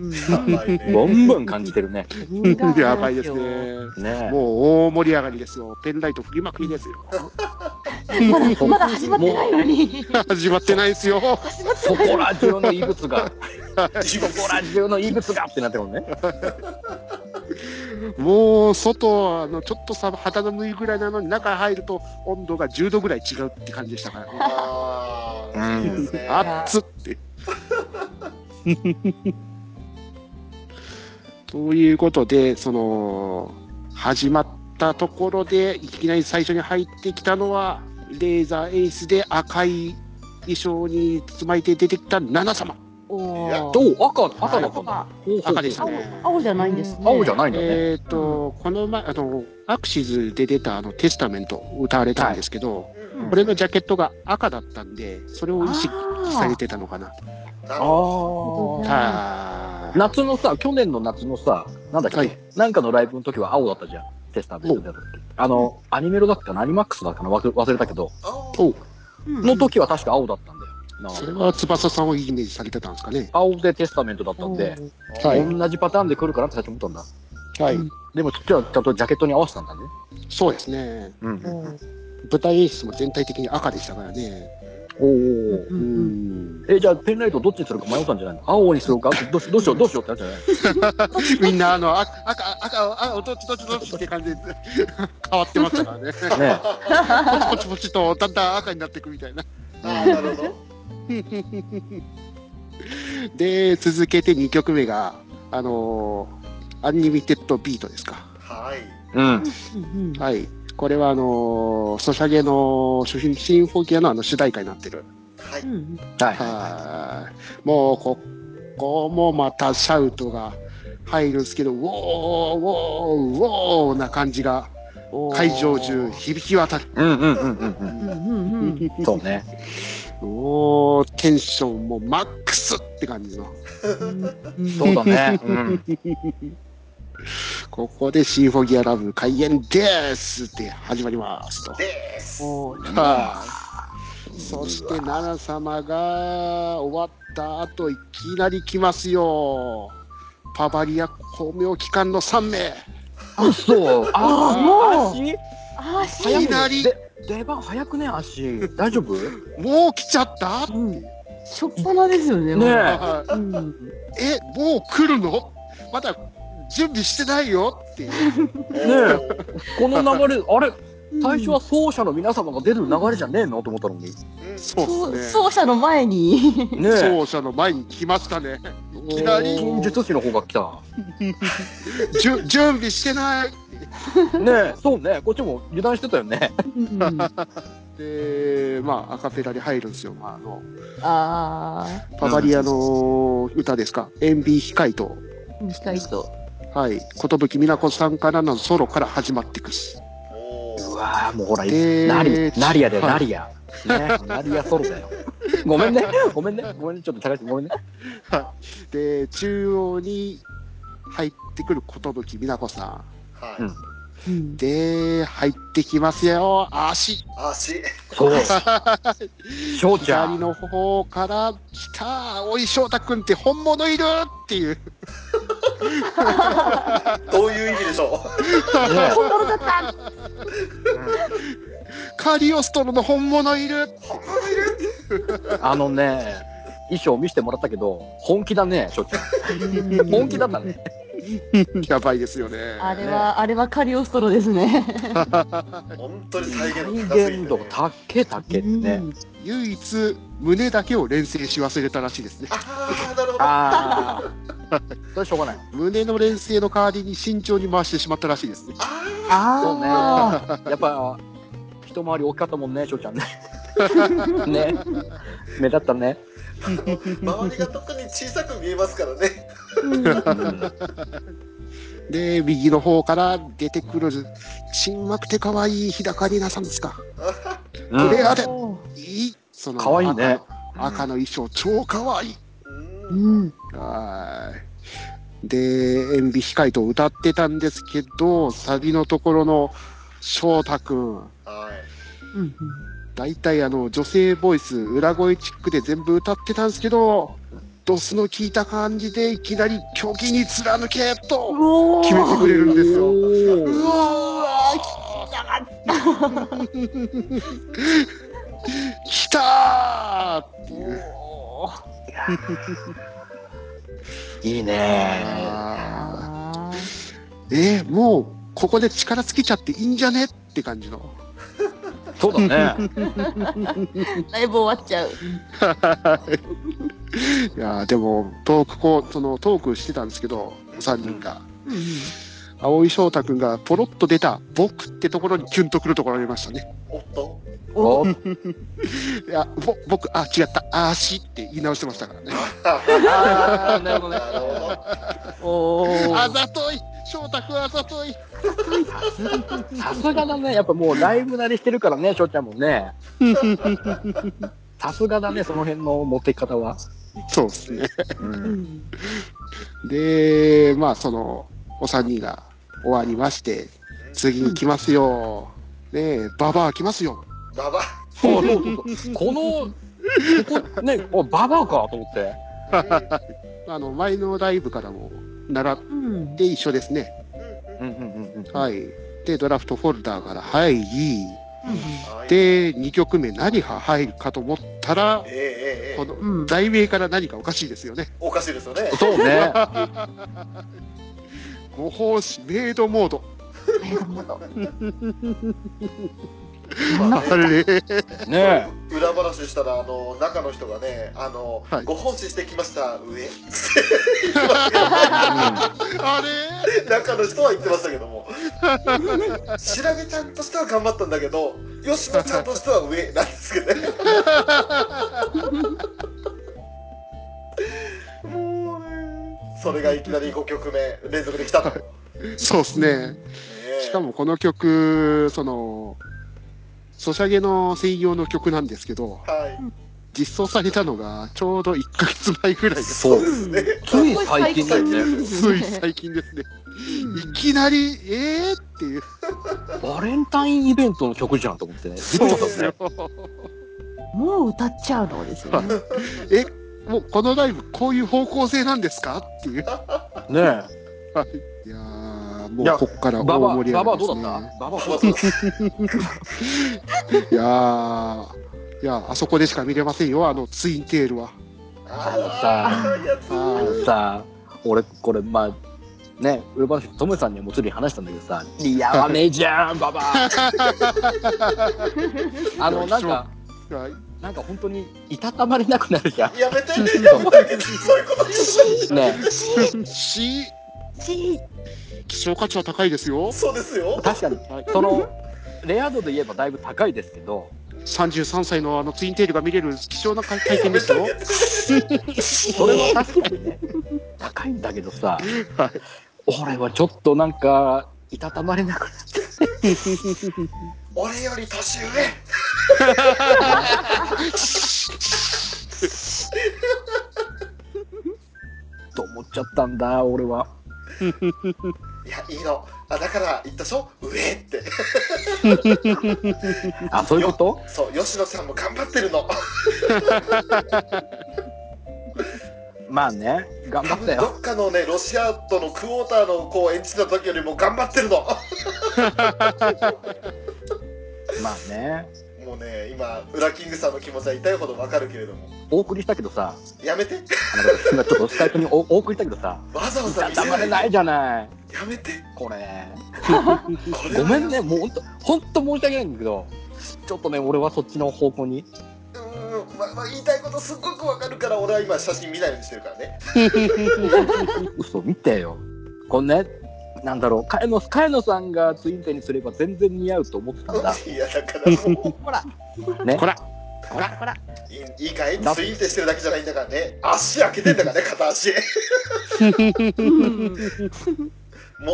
Speaker 4: ーやばいね
Speaker 1: バンバン感じてるね。
Speaker 6: やばいですね。。
Speaker 1: ね
Speaker 6: もう大盛り上がりですよ。ペンライト振りまくりですよ。
Speaker 3: まだ、まだ始まってないのに。
Speaker 6: 始まってないですよ。
Speaker 1: そこら中の異物が、
Speaker 4: 地
Speaker 1: そ
Speaker 4: 獄
Speaker 1: こら中の異物がってなってもね。
Speaker 6: もう外、あのちょっとさ肌のむいぐらいなのに、中入ると温度が10度ぐらい違うって感じでしたからね。
Speaker 4: ああ、いいですね。
Speaker 6: あっつって。 ということで、その、始まったところで、いきなり最初に入ってきたのは、レーザーエースで赤い衣装に包まれて出てきた七様。
Speaker 3: お
Speaker 4: や
Speaker 3: ー。
Speaker 1: どう赤、赤だった
Speaker 3: 青
Speaker 1: んだ。
Speaker 3: が
Speaker 6: 赤でしたね。
Speaker 3: 青じゃないんですね。
Speaker 1: 青じゃないんだね。
Speaker 6: えっ、と、この前、あの、アクシズで出たあの、テスタメント歌われたんですけど、
Speaker 4: うん
Speaker 6: これのジャケットが赤だったんで、それを意識されてたのかな。
Speaker 4: なるほ
Speaker 1: ああ。
Speaker 6: た
Speaker 1: 夏のさ、去年の夏のさ、なんだっけ、
Speaker 6: はい
Speaker 1: なんかのライブの時は青だったじゃん。テスターベルだった時。あの、アニメロだったかな、アニマックスだったかな、わく忘れたけど、
Speaker 4: ど。
Speaker 6: お
Speaker 1: の時は確か青だったんだよ。な
Speaker 6: それは翼さんをイメージされてたんですかね。
Speaker 1: 青でテスタメントだったんで、
Speaker 4: あー
Speaker 6: はい
Speaker 1: 同じパターンで来るかなって最初思ったんだ。
Speaker 6: はい
Speaker 3: うん
Speaker 1: でも、ちはちゃんとジャケットに合わせたんだね。
Speaker 6: そうですね。
Speaker 1: うんお
Speaker 6: 舞台演出も全体的に赤でしたからね。
Speaker 1: お
Speaker 3: う
Speaker 6: うん
Speaker 3: うん
Speaker 6: ん。
Speaker 1: え、じゃあ、ペンライトどっちにするか迷ったんじゃないの青にするかどうしどうしよう、どうしようってなっちゃうね。
Speaker 6: みんなあの、あ赤、赤、赤、あどっちどっちどっちって感じで 変わってましたからね。
Speaker 1: ね
Speaker 6: ポチポチとだんだん赤になっていくみたいな。
Speaker 4: ああ、なるほど。
Speaker 6: で、続けて2曲目が、あのーアンリミテッドビートですか。
Speaker 4: はい。
Speaker 1: うん。
Speaker 3: うん
Speaker 6: はい。これはあのーソシャゲのシンシンフォギアのあの主題歌になってる。
Speaker 4: はい。
Speaker 3: うん
Speaker 1: はい。
Speaker 6: はい。もう、ここもまたシャウトが入るんですけど、ウォー、ウォー、ウォーな感じが会場中響き渡る。
Speaker 1: うんうんうんうん
Speaker 3: うんうんうん
Speaker 1: うん。そうね。
Speaker 6: おー、テンションもマックスって感じの。
Speaker 1: そうだね。うん。
Speaker 6: ここでシンフォギアラブ開演ですって始まりますと。
Speaker 4: です。
Speaker 3: おー
Speaker 6: はい。そして、奈々様が終わった後、いきなり来ますよ。パバリア公明機関の3名。
Speaker 1: そう。
Speaker 3: あ
Speaker 1: あ
Speaker 3: ーもう
Speaker 1: 足
Speaker 3: あー
Speaker 6: いきなり
Speaker 1: で出番早くね足大 丈夫
Speaker 6: もう来ちゃった
Speaker 3: うんしょっぱなですよね。
Speaker 1: ねえ
Speaker 6: はい
Speaker 3: うん
Speaker 6: え、もう来るのまだ準備してないよっていう。
Speaker 4: ね
Speaker 1: この流れあれ最初は奏者の皆様が出る流れじゃねえのと思ったのに
Speaker 6: そうですね。
Speaker 3: そう奏者の前に
Speaker 1: ねえ
Speaker 6: 奏者の前に来ましたね。いきなり
Speaker 1: 金術師の方が来た
Speaker 6: じゅ準備してない
Speaker 1: ねえそうねこっちも油断してたよね
Speaker 3: うん
Speaker 6: で、まあ、アカペラに入るんですよ。まあ、あの、
Speaker 3: ああ
Speaker 6: パバリアの歌ですか。塩ビ控えと。
Speaker 3: 近いと
Speaker 6: はい。ことぶきみなこさんからのソロから始まっていくし。
Speaker 4: お
Speaker 1: う
Speaker 4: ー
Speaker 1: わーもうほらい
Speaker 6: で
Speaker 1: ナリナリアだよ
Speaker 6: はい
Speaker 1: ナリアねナリアソロだよごめんねごめんねごめんねちょっと高橋ごめんね
Speaker 6: で、中央に入ってくることぶきみなこさん。
Speaker 4: は
Speaker 1: う
Speaker 4: い。
Speaker 1: ん
Speaker 3: うん
Speaker 6: で、入ってきますよ。足。
Speaker 4: 足。
Speaker 1: そう。 翔ちゃ
Speaker 6: 左
Speaker 1: ん。
Speaker 6: の方から来た。おい、翔太くんって本物いるっていう。
Speaker 4: どういう意味でしょ
Speaker 1: ね
Speaker 3: 本物だった
Speaker 6: カリオストロの本物いる
Speaker 1: あのね、衣装見せてもらったけど、本気だね、翔ちゃ ん。本気だったね。
Speaker 6: やばいですよね。
Speaker 3: あれは、あれはカリオストロですね。
Speaker 4: う 本当に再現度高すぎ
Speaker 1: 人間
Speaker 4: て、
Speaker 1: 度
Speaker 4: ね。
Speaker 1: 高け高けって
Speaker 3: う
Speaker 1: ね。
Speaker 3: ん
Speaker 6: 唯一、胸だけを連成し忘れたらしいですね。
Speaker 4: ああ、なるほど。
Speaker 1: ああ。それしょうがない。
Speaker 6: 胸の連成の代わりに慎重に回してしまったらしいですね。
Speaker 4: あ
Speaker 1: そうね。
Speaker 3: あ
Speaker 1: やっぱ、一回り大きかったもんね、翔ちゃんね。 ね。目立ったね。
Speaker 4: あ、周りが特に小さく見えますからね。
Speaker 1: うん
Speaker 6: で、右の方から出てくる、新幕って可愛い日高里奈さんですか。
Speaker 1: う
Speaker 6: これ
Speaker 1: ん
Speaker 6: あれ
Speaker 3: ー
Speaker 6: いい。その
Speaker 1: 可愛いね。
Speaker 6: 赤赤の衣装、超可愛い。
Speaker 4: う。
Speaker 3: うんん。
Speaker 6: はい。で、塩ビ控えと歌ってたんですけど、サビのところの翔太くん。
Speaker 4: はい。
Speaker 3: うん
Speaker 6: 大体あの、女性ボイス、裏声チックで全部歌ってたんですけど、ドスの効いた感じでいきなり虚偽に貫け
Speaker 3: う
Speaker 6: と
Speaker 3: お
Speaker 6: 決めてくれるんですよ。
Speaker 3: う
Speaker 1: おー
Speaker 3: わ
Speaker 6: 来たーっていう。
Speaker 3: ー
Speaker 1: いいね。
Speaker 6: あ
Speaker 3: あ
Speaker 6: ーえーもう、ここで力尽きちゃっていいんじゃねって感じの。
Speaker 1: そうだね。
Speaker 3: ーだいぶ終わっちゃう。
Speaker 6: いやーでも、トークこう、その、トークしてたんですけど、3人が。青井翔太くんがポロッと出た僕ってところにキュンとくるところありましたね。
Speaker 4: おっと。
Speaker 1: お
Speaker 6: いや、ぼ、僕、あ、違った、あーしって言い直してましたからね。
Speaker 1: あーなるほどね
Speaker 4: なるほど。
Speaker 3: お
Speaker 6: あ
Speaker 3: ー
Speaker 6: ざとい翔太くんあざとい
Speaker 1: さすがだね。やっぱもうライブ慣れしてるからね、翔ちゃんもね。さすがだね、その辺の持ってき方は。
Speaker 6: そうですね。
Speaker 3: うん
Speaker 6: で、まあ、その、お三人が終わりまして、次に来ますよ。ねえ、ババア来ますよ。
Speaker 4: ババ。
Speaker 1: そうそうそうそう。この、ここね、おババアかと思って。
Speaker 6: あの、前のライブからも習っ
Speaker 3: うん
Speaker 6: て一緒ですね。
Speaker 1: うんうんうんうん。
Speaker 6: はい。で、ドラフトフォルダーから入り、
Speaker 4: はい。
Speaker 6: で、2曲目何が入るかと思ったら
Speaker 4: え、えええ
Speaker 6: こ
Speaker 3: う
Speaker 6: の
Speaker 3: ん
Speaker 6: 題名から何かおかしいですよね。
Speaker 4: おかしいですよね。
Speaker 1: そう ね。
Speaker 6: ご奉仕メイドモード。
Speaker 4: まあ
Speaker 6: あれ
Speaker 1: ね
Speaker 4: 裏話したらあの中の人がねあの、
Speaker 6: はい
Speaker 4: ご奉仕してきました上
Speaker 6: あれ
Speaker 4: 中の人は言ってましたけども白毛ちゃんとしては頑張ったんだけど吉野ちゃんとしては上なんですけどねもうねそれがいきなり5曲目連続できたと、ね
Speaker 6: そうですね。
Speaker 4: え
Speaker 6: しかもこの曲、その、ソシャゲの専用の曲なんですけど、
Speaker 4: はい
Speaker 6: 実装されたのがちょうど1ヶ月前ぐらいで
Speaker 1: え。
Speaker 6: す。
Speaker 1: そう。
Speaker 4: ね
Speaker 1: つい最近だよね。
Speaker 6: つい最近ですね。いきなり、えーっていう。
Speaker 1: バレンタインイベントの曲じゃんと思ってね。すご
Speaker 6: そ
Speaker 1: か
Speaker 6: う
Speaker 1: ったですね
Speaker 6: ですよ。。
Speaker 3: もう歌っちゃうのですよね。
Speaker 6: え、もうこのライブこういう方向性なんですかっていう。
Speaker 1: ね
Speaker 6: いやー、も
Speaker 1: いや
Speaker 6: うこっから
Speaker 1: え。
Speaker 6: 大
Speaker 1: ババア、
Speaker 6: 盛り
Speaker 1: バ
Speaker 6: 上
Speaker 1: バア
Speaker 6: がりで
Speaker 1: どう
Speaker 6: すね。
Speaker 1: だったババアど
Speaker 4: まあ
Speaker 1: うだ
Speaker 4: そ
Speaker 1: っ
Speaker 4: うです
Speaker 6: いやー、いや、あそこでしか見れませんよ、あのツインテールは。
Speaker 1: たあの
Speaker 4: あ
Speaker 1: さ。
Speaker 4: ーいやつ
Speaker 1: あ
Speaker 6: は
Speaker 1: のさ俺これまあねウルバトムさんにはもうすでに話したんだけどさ「似合わねえじゃんババア」 あのなんか
Speaker 6: いはい
Speaker 1: なんか本当にいたたまれなくなるじゃん
Speaker 4: やめてやめてあげてそういうこと言う
Speaker 1: ね
Speaker 6: し、希少価値は高いですよ
Speaker 4: の。そうですよ
Speaker 1: 確かに
Speaker 6: はい、
Speaker 1: そのレア度で言えばだいぶ高いですけど
Speaker 6: 33歳のあのツインテールが見れる希少な体験で すよ。
Speaker 1: それは確かにね高いんだけどさ
Speaker 6: はい
Speaker 1: 俺はちょっとなんかいたたまれなくなっ
Speaker 4: 俺より年上
Speaker 1: と思っちゃったんだ俺は。
Speaker 4: いや、いいの。あ、だから言ったでしょ上って。
Speaker 1: あ、そういうこと
Speaker 4: そう、吉野さんも頑張ってるの。
Speaker 1: まあね、頑張った
Speaker 4: 多分ど
Speaker 1: よ。
Speaker 4: っかのね、ロシアとのクォーターのこう演じてた時よりも頑張ってるの。
Speaker 1: まあね。
Speaker 4: もうね、今、ウラキングさんの気持ちは痛いほどわかるけれども。
Speaker 1: お送りしたけどさ、
Speaker 4: やめて。
Speaker 1: あの今ちょっとスカイプにおお送りしたけどさ、
Speaker 4: わざわ
Speaker 1: いや
Speaker 4: ざ見せ
Speaker 1: 黙れ
Speaker 4: な。
Speaker 1: ないいじゃない。
Speaker 4: やめて。
Speaker 1: これ。
Speaker 4: これ
Speaker 1: ご
Speaker 4: は
Speaker 1: めんね、もう本当本当申し訳ないんだけど、ちょっとね、俺はそっちの方向に。
Speaker 4: うんまあまあ、言いたいことすっごくわかるから俺は今写真見ないようにしてるからね
Speaker 1: 嘘見てよ。このね、なんだろう、茅野茅野さんがツインテールにすれば全然似合うと思ってたんだ。
Speaker 4: いやだからも
Speaker 3: ほら、
Speaker 1: ね。
Speaker 6: こら
Speaker 1: ほら、ほら。
Speaker 4: ういいいいかい
Speaker 1: だ
Speaker 4: ツインテしてるだけじゃないんだからね足開けてんだからね片足
Speaker 3: うん
Speaker 4: もう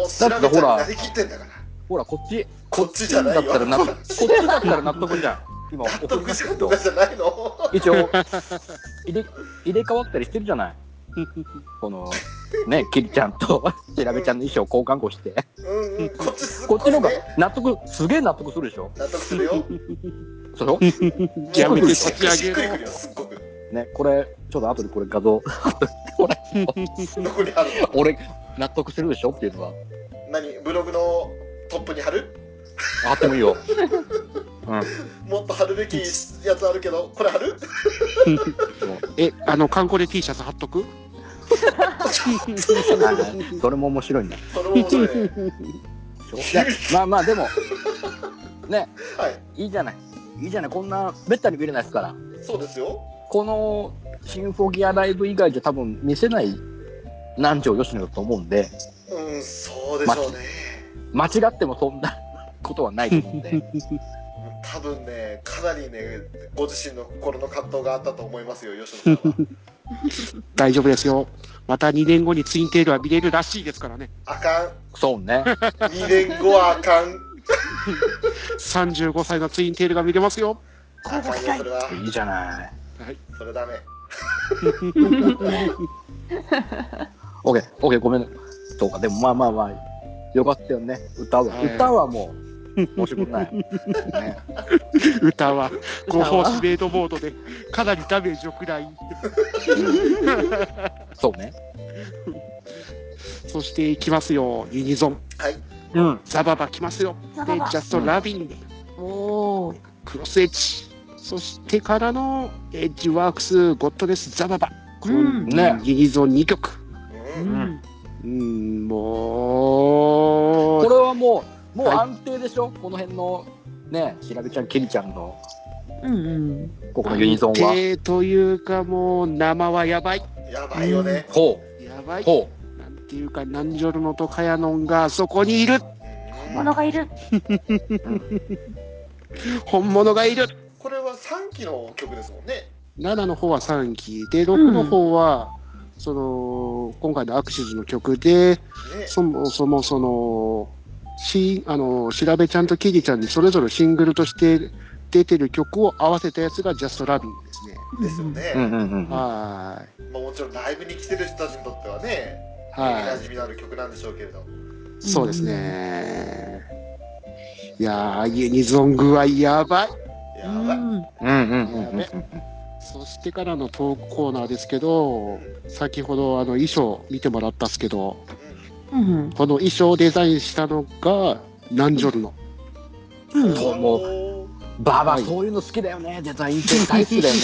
Speaker 4: 調べたらなりきってんだから
Speaker 1: ほら、こっち。
Speaker 4: こっちじゃない
Speaker 1: だ
Speaker 4: よ
Speaker 1: ったら納
Speaker 4: 納
Speaker 1: 得、こっちだったら納得じゃん。今、送り
Speaker 4: 得
Speaker 1: ました
Speaker 4: じゃ
Speaker 1: け
Speaker 4: んと
Speaker 1: ど
Speaker 4: か。じゃないの
Speaker 1: 一応、入れ、入れ替わったりしてるじゃない。この、ね、キリちゃんと、しらべちゃんの衣装交換後して。
Speaker 4: うんうんこっちすっ
Speaker 1: こ
Speaker 4: ご
Speaker 1: っち
Speaker 4: い
Speaker 1: の方が
Speaker 4: ね
Speaker 1: 納得、すげえ納得するでしょ。
Speaker 4: 納得するよ
Speaker 1: それを
Speaker 6: やめて
Speaker 4: し
Speaker 6: 差
Speaker 4: っ
Speaker 6: し
Speaker 4: くり
Speaker 6: 上
Speaker 4: しっく
Speaker 6: げ
Speaker 4: りく
Speaker 6: ろ
Speaker 4: るよすっごく
Speaker 1: ね、これ、ちょっと後でこれ画像、
Speaker 4: どこにあるの
Speaker 1: 俺、納得するでしょっていうのは、
Speaker 4: 何ブログのトップに貼る
Speaker 1: あってもいいよ。うん。
Speaker 4: もっと貼るべきやつあるけどこれ貼る
Speaker 6: えあの観光で T シャツ貼っとく
Speaker 1: あーそれも面白いね。
Speaker 4: それも面白いね
Speaker 1: でしょねまあまあ、でも、ね、
Speaker 4: はい
Speaker 1: いいじゃない。いいじゃない。こんな、めったに見れないですから。
Speaker 4: そうですよ
Speaker 1: このシンフォギアライブ以外じゃ多分見せない南條吉野だと思うんで、
Speaker 4: うん、そうでしょうね。
Speaker 1: 間違ってもそんなことはないと思うん で、
Speaker 4: 多分ね、かなりね、ご自身の心の葛藤があったと思いますよ、吉野さんは。
Speaker 6: 大丈夫ですよまた2年後にツインテールは見れるらしいですからね
Speaker 4: あか
Speaker 1: そうね。
Speaker 4: ん。2年後はあかん。
Speaker 6: 35歳のツインテールが見れますよ
Speaker 4: あかんよ、それは。
Speaker 1: いいじゃない。
Speaker 6: はい
Speaker 4: それダメ。
Speaker 1: オッケー、オッケー、ごめん。そうか、でもまあまあまあ、よかったよね。歌は。
Speaker 6: はい
Speaker 1: 歌はもう、申し分ない。 ね、
Speaker 6: 歌は合法指名ドボードでかなりダメージを食らい
Speaker 1: そうね。
Speaker 6: そしていきますよユニゾン
Speaker 4: はい。
Speaker 1: うん。
Speaker 6: ザババ来ますよ
Speaker 3: ザ
Speaker 6: で
Speaker 3: ババ
Speaker 6: ジャストラビン
Speaker 3: おー
Speaker 6: クロスエッジそしてからのエッジワークスゴッドレスザババこの
Speaker 1: ね
Speaker 6: ユニゾン2曲
Speaker 4: う。
Speaker 3: うんん
Speaker 6: うんも
Speaker 1: こ
Speaker 6: う
Speaker 1: れはもう、もう
Speaker 6: はい
Speaker 1: 安定でしょ、この辺の、ね、しらべちゃん、きりちゃんの、
Speaker 3: うん
Speaker 1: ここのユニゾンは。
Speaker 6: 安定というかもう生はやばい
Speaker 4: やばいよね。
Speaker 1: ほ
Speaker 6: やば
Speaker 1: う、
Speaker 6: い
Speaker 1: ほ
Speaker 6: なんていうかなんじょるのとかやのんがあそこにいる
Speaker 4: うん
Speaker 3: 物がいる
Speaker 6: 本物がいる
Speaker 4: これは3期の曲ですもんね。
Speaker 6: 7の方は3期で6の方は、その今回のアクシズの曲で
Speaker 4: ね。
Speaker 6: そもそもそのしあの調べちゃんとキリちゃんにそれぞれシングルとして出てる曲を合わせたやつが「ジャストラビンですね。
Speaker 4: ですよ
Speaker 1: う。うん
Speaker 4: ね。
Speaker 1: うんうん。
Speaker 6: はーい
Speaker 4: まあもちろんライブに来てる人たちにとってはね、耳
Speaker 6: は
Speaker 4: 馴
Speaker 6: い
Speaker 4: 染みのある曲なんでしょうけれど。
Speaker 6: そうですね。いやーユニゾングはやばい。
Speaker 4: やばい。
Speaker 1: うんうんうんうんうん。
Speaker 6: そしてからのトークコーナーですけど、先ほどあの衣装見てもらったっすけど、
Speaker 3: うん
Speaker 6: この衣装をデザインしたのが、ナンジョルの。
Speaker 3: うん
Speaker 1: そうも
Speaker 4: う。
Speaker 1: ババ、
Speaker 6: はい
Speaker 1: そういうの好きだよね。デザイン系大好きだよね。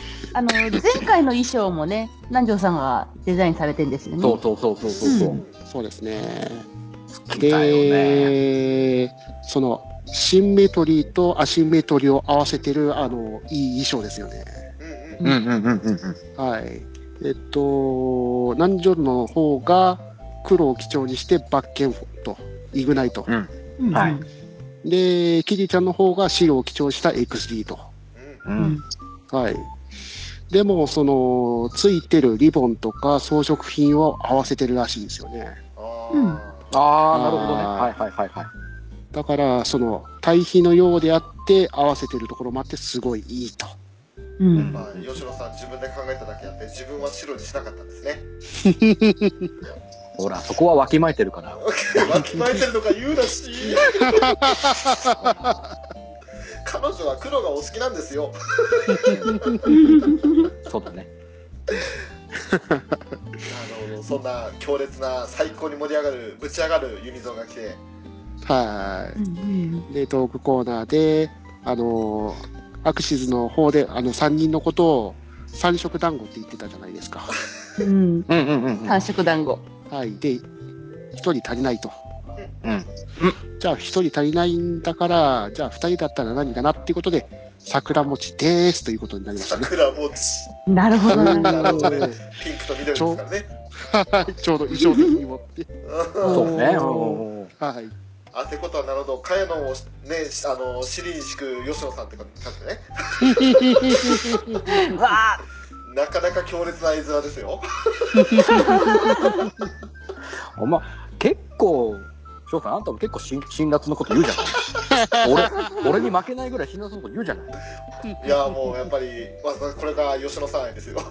Speaker 3: あの前回の衣装もね南條さんがデザインされてんですよ ね
Speaker 1: そうそうそうそうそうそうう。
Speaker 6: そうですね。
Speaker 1: 好きだよね。
Speaker 6: で、その、シンメトリーとアシンメトリーを合わせてる、あの、いい衣装ですよね。
Speaker 4: うんうん。
Speaker 1: うんうんうんうんうん。
Speaker 6: はい。えっと、ナンジョルの方が、黒を基調にして、バッケンフォと、イグナイト。
Speaker 3: うんうん
Speaker 1: はい
Speaker 6: で、キリちゃんの方が白を基調した XD と。
Speaker 4: うん
Speaker 1: う
Speaker 3: うんん
Speaker 6: はい。でも、その、ついてるリボンとか装飾品を合わせてるらしいんですよね。
Speaker 4: ああ。
Speaker 1: ああ、なるほどね。
Speaker 6: あー
Speaker 1: はいはいはいはい。
Speaker 6: だから、その、対比のようであって、合わせてるところもあって、すごいいいと。
Speaker 3: うん
Speaker 4: まあ、吉野さん自分で考えただけあって自分は白にしなかったんですね
Speaker 1: ほら、そこはわきまえてる から。
Speaker 4: わきまえてるのか言うらしい彼女は黒がお好きなんですよ
Speaker 1: そうだね。
Speaker 4: なるほどそんな強烈な最高に盛り上がるぶち上がるユニゾンが来て
Speaker 6: は
Speaker 3: うん
Speaker 6: い。で、トークコーナーで、あのー、アクシズの方で、あの、3人のことを、三色団子って言ってたじゃないですか。
Speaker 3: うん。
Speaker 1: うんうんうんうん。
Speaker 3: 三色団子。
Speaker 6: はい。で、1人足りないと。
Speaker 1: うん。
Speaker 6: じゃあ1人足りないんだから、じゃあ2人だったら何かなっていうことで、桜餅でーすということになりましたね。
Speaker 4: 桜餅
Speaker 3: なるほど。な
Speaker 4: な
Speaker 3: る
Speaker 4: る
Speaker 3: ほ
Speaker 4: ほ
Speaker 3: ど
Speaker 4: どねピンクと緑ですからね
Speaker 6: はい。 ちょうど衣装的にもって。
Speaker 1: そうね。
Speaker 6: お
Speaker 1: うん
Speaker 6: はい。
Speaker 4: あてことはなるほど茅野をねしあの尻に敷く吉野さんって感じね
Speaker 3: う わあ、
Speaker 4: なかなか強烈な絵面ですよ
Speaker 1: お前、結構、翔さん、あんたも結構辛辛辣のこと言うじゃ ない俺、俺に負けないぐらい辛辣のこと言うじゃない
Speaker 4: いやもうやっぱり、まあ、これが吉野さん愛ですよ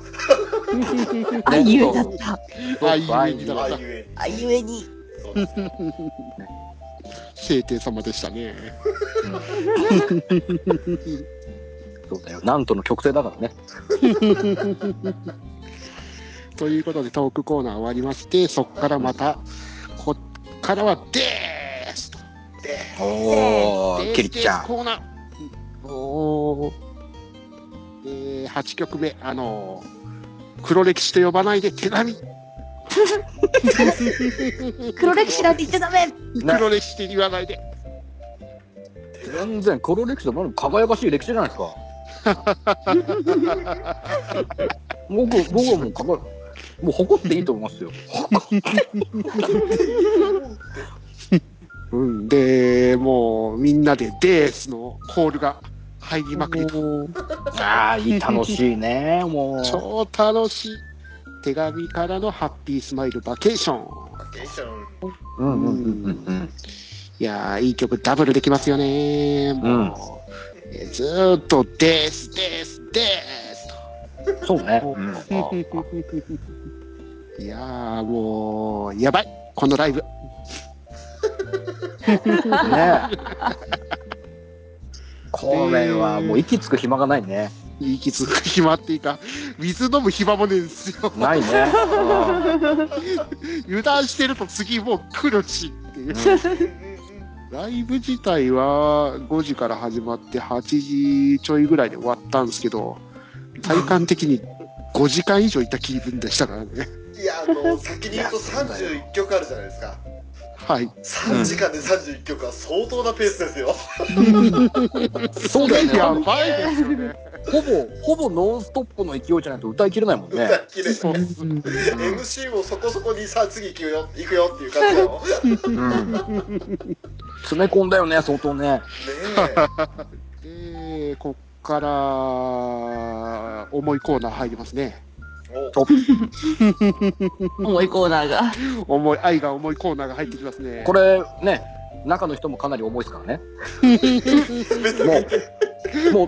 Speaker 3: あゆえだった。
Speaker 6: あいうえにだ
Speaker 4: あ
Speaker 6: か
Speaker 4: あ
Speaker 6: ら
Speaker 4: いうえに
Speaker 3: あゆえに。
Speaker 4: そうですよ
Speaker 6: 聖帝様でしたね。
Speaker 1: そうだよ。なんとの曲線だからね。
Speaker 6: ということでトークコーナー終わりましてそこからまたこっからはでーすと
Speaker 1: お
Speaker 6: でー
Speaker 1: ー、
Speaker 6: す
Speaker 1: キリちゃ
Speaker 6: でーす
Speaker 1: ん。
Speaker 6: コーナーうんおーで8曲目あのー黒歴史と呼ばないで手紙
Speaker 3: 黒歴史なんて言っちゃダメ。
Speaker 6: 黒歴史って言わないで
Speaker 1: 全然、黒歴史と何か輝かしい歴史じゃないです か。僕、僕はもうかば、もう誇っていいと思いますよ。
Speaker 6: うんでもうみんなででーすのコールが入りまくりと
Speaker 1: ああ、いい、楽しいね、もう。
Speaker 6: 超楽しい手紙からのハッピースマイルバケーション
Speaker 4: ケイション
Speaker 1: うんうんうんうん
Speaker 6: いやー、いい曲ダブルできますよねもう、えーずーっと、です、です、です
Speaker 1: うん。そうね。
Speaker 6: と。
Speaker 1: うん
Speaker 6: いやー、もう、やばい、このライブ。
Speaker 1: ねえ。これはもう息つく暇がないね。
Speaker 6: 息つく暇っていうか、水飲む暇もねえんですよ。
Speaker 1: ないね。
Speaker 6: 油断してると次もう来るしっていう。
Speaker 4: うん
Speaker 6: ライブ自体は5時から始まって8時ちょいぐらいで終わったんですけど、体感的に5時間以上いた気分でしたからね。
Speaker 4: うんいやあの先に言うと
Speaker 1: いやそうだよ
Speaker 4: 31曲あるじゃないですか
Speaker 6: はい。
Speaker 4: 3時間で31曲は相当なペースですよ、
Speaker 1: そうだ
Speaker 6: や
Speaker 1: よね。
Speaker 6: ばいですよね。
Speaker 1: ほぼ、ほぼノンストップの勢いじゃないと歌いきれないもんね。
Speaker 4: 歌い切れ
Speaker 6: そう
Speaker 4: ない
Speaker 6: ですね。
Speaker 4: MC もそこそこにさあ次行くよ行くよっていう感じだよね
Speaker 1: うん。 詰め込んだよね、相当ね。
Speaker 6: で、こっから、重いコーナー入りますね。
Speaker 4: えお
Speaker 3: 重いコーナーが。
Speaker 6: 重い、愛が重いコーナーが入ってきますね。
Speaker 1: これ、ね、中の人もかなり重いですから ね。もう、もう、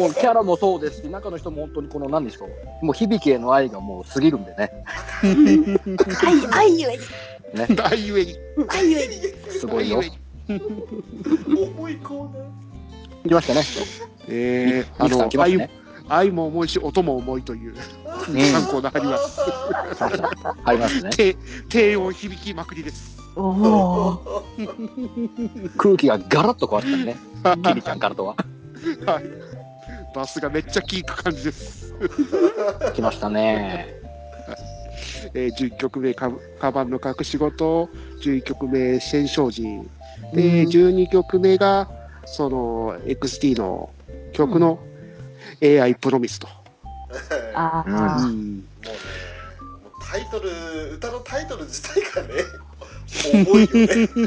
Speaker 1: もうキャラもそうですし、中の人も本当にこの何でしょう。もう響きへの愛がもう過ぎるんでね。
Speaker 3: 愛、愛ゆえに。
Speaker 6: 大ゆえに、
Speaker 3: 愛ゆえに。
Speaker 1: すご
Speaker 6: 大
Speaker 1: い
Speaker 6: ゆ
Speaker 1: よ
Speaker 6: え。に。
Speaker 4: 重いコーナー
Speaker 1: いきましたね。
Speaker 6: えー、
Speaker 1: ミキ
Speaker 6: あ
Speaker 1: さん
Speaker 6: の、
Speaker 1: 来ましたね
Speaker 6: 愛愛も重いし、音も重いという
Speaker 1: うん。
Speaker 6: 3コーナー入ります。
Speaker 4: あ
Speaker 1: 入りますね。
Speaker 6: 低低音響きまくりです。
Speaker 3: おお。
Speaker 1: 空気がガラッと変わったね。 キリちゃんからとは。
Speaker 6: はい。バスがめっちゃ効く感じです。
Speaker 1: 来ましたね。
Speaker 6: えー、10曲目か、カバンの隠し事、11曲目、戦勝寺、で、12曲目が、その、XT の曲の AI プロミスと。
Speaker 4: ーも
Speaker 3: ああ。
Speaker 4: うねもうタイトル歌のタイトル自体がね重いよね
Speaker 1: そ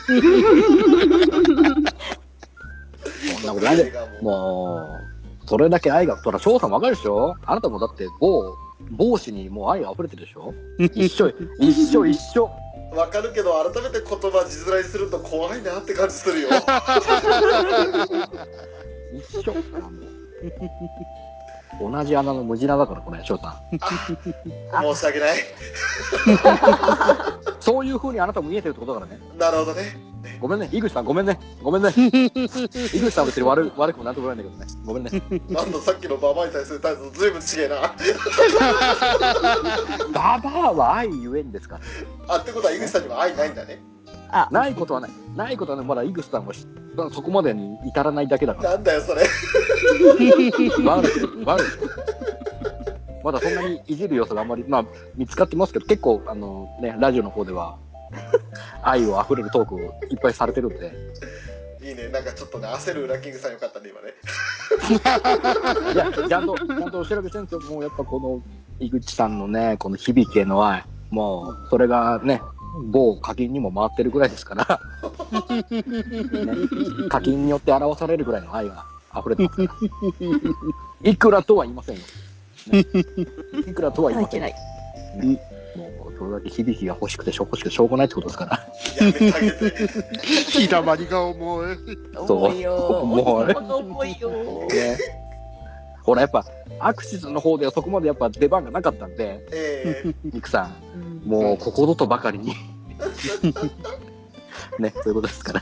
Speaker 1: んなことないで。もう、それだけ愛が、そら、翔さんわかるでしょあなたもだって、某、某氏にもう愛が溢れてるでしょ一緒、一緒、一緒。
Speaker 4: わかるけど改めて言葉字面にすると怖いなって感じするよ
Speaker 1: 一緒。同じ穴のムジナだから、これ、翔さん。
Speaker 4: 申し訳ない
Speaker 1: そういう風にあなたも見えてるってことだからね。
Speaker 4: なるほどね。
Speaker 1: ごめんね。井口さん、ごめんね。ごめんね。井口さんは別に悪い悪くもなんともないんだけどね。ごめんね。
Speaker 4: なんださっきのババアに対する態度と随分違えな。
Speaker 1: ババアは愛ゆえんですか
Speaker 4: あ、ってことは井口さんには愛ないんだね。
Speaker 3: あ、
Speaker 1: ないことはない。ないことはね、まだ井口さんはしそこまでに至らないだけだから。
Speaker 4: なんだよそれ。
Speaker 1: 悪い、悪い。まだそんなにいじる要素があんまり、まあ、見つかってますけど、結構、あの、ね、ラジオの方では、愛を溢れるトークをいっぱいされてるんで、
Speaker 4: いいね。なんかちょっとね、焦るウラキングさんよかったね、今ね。
Speaker 1: いや、ちゃんと、ちゃんとお調べしてるんですよ。もうやっぱこの、井口さんのね、この響きへの愛、もう、それがね、某課金にも回ってるぐらいですから、ね課金によって表されるぐらいの愛が溢れてますから。いくらとは言いませんよ。ねいくらとは言い
Speaker 3: い
Speaker 1: ませ
Speaker 3: け
Speaker 1: んよ
Speaker 3: ない。
Speaker 1: もうそれだけ響きが欲しくてしょ欲しくてしょうがないってことですから。
Speaker 4: やめてあげて。
Speaker 2: ひだまりが思う。
Speaker 1: そう
Speaker 3: 重いよ。
Speaker 1: もうね
Speaker 3: 重いよ。
Speaker 1: ね、ほらやっぱアクシスの方ではそこまでやっぱ出番がなかったんで、
Speaker 4: ええ
Speaker 1: ミクさんもうここぞとばかりに ねそういうことですから。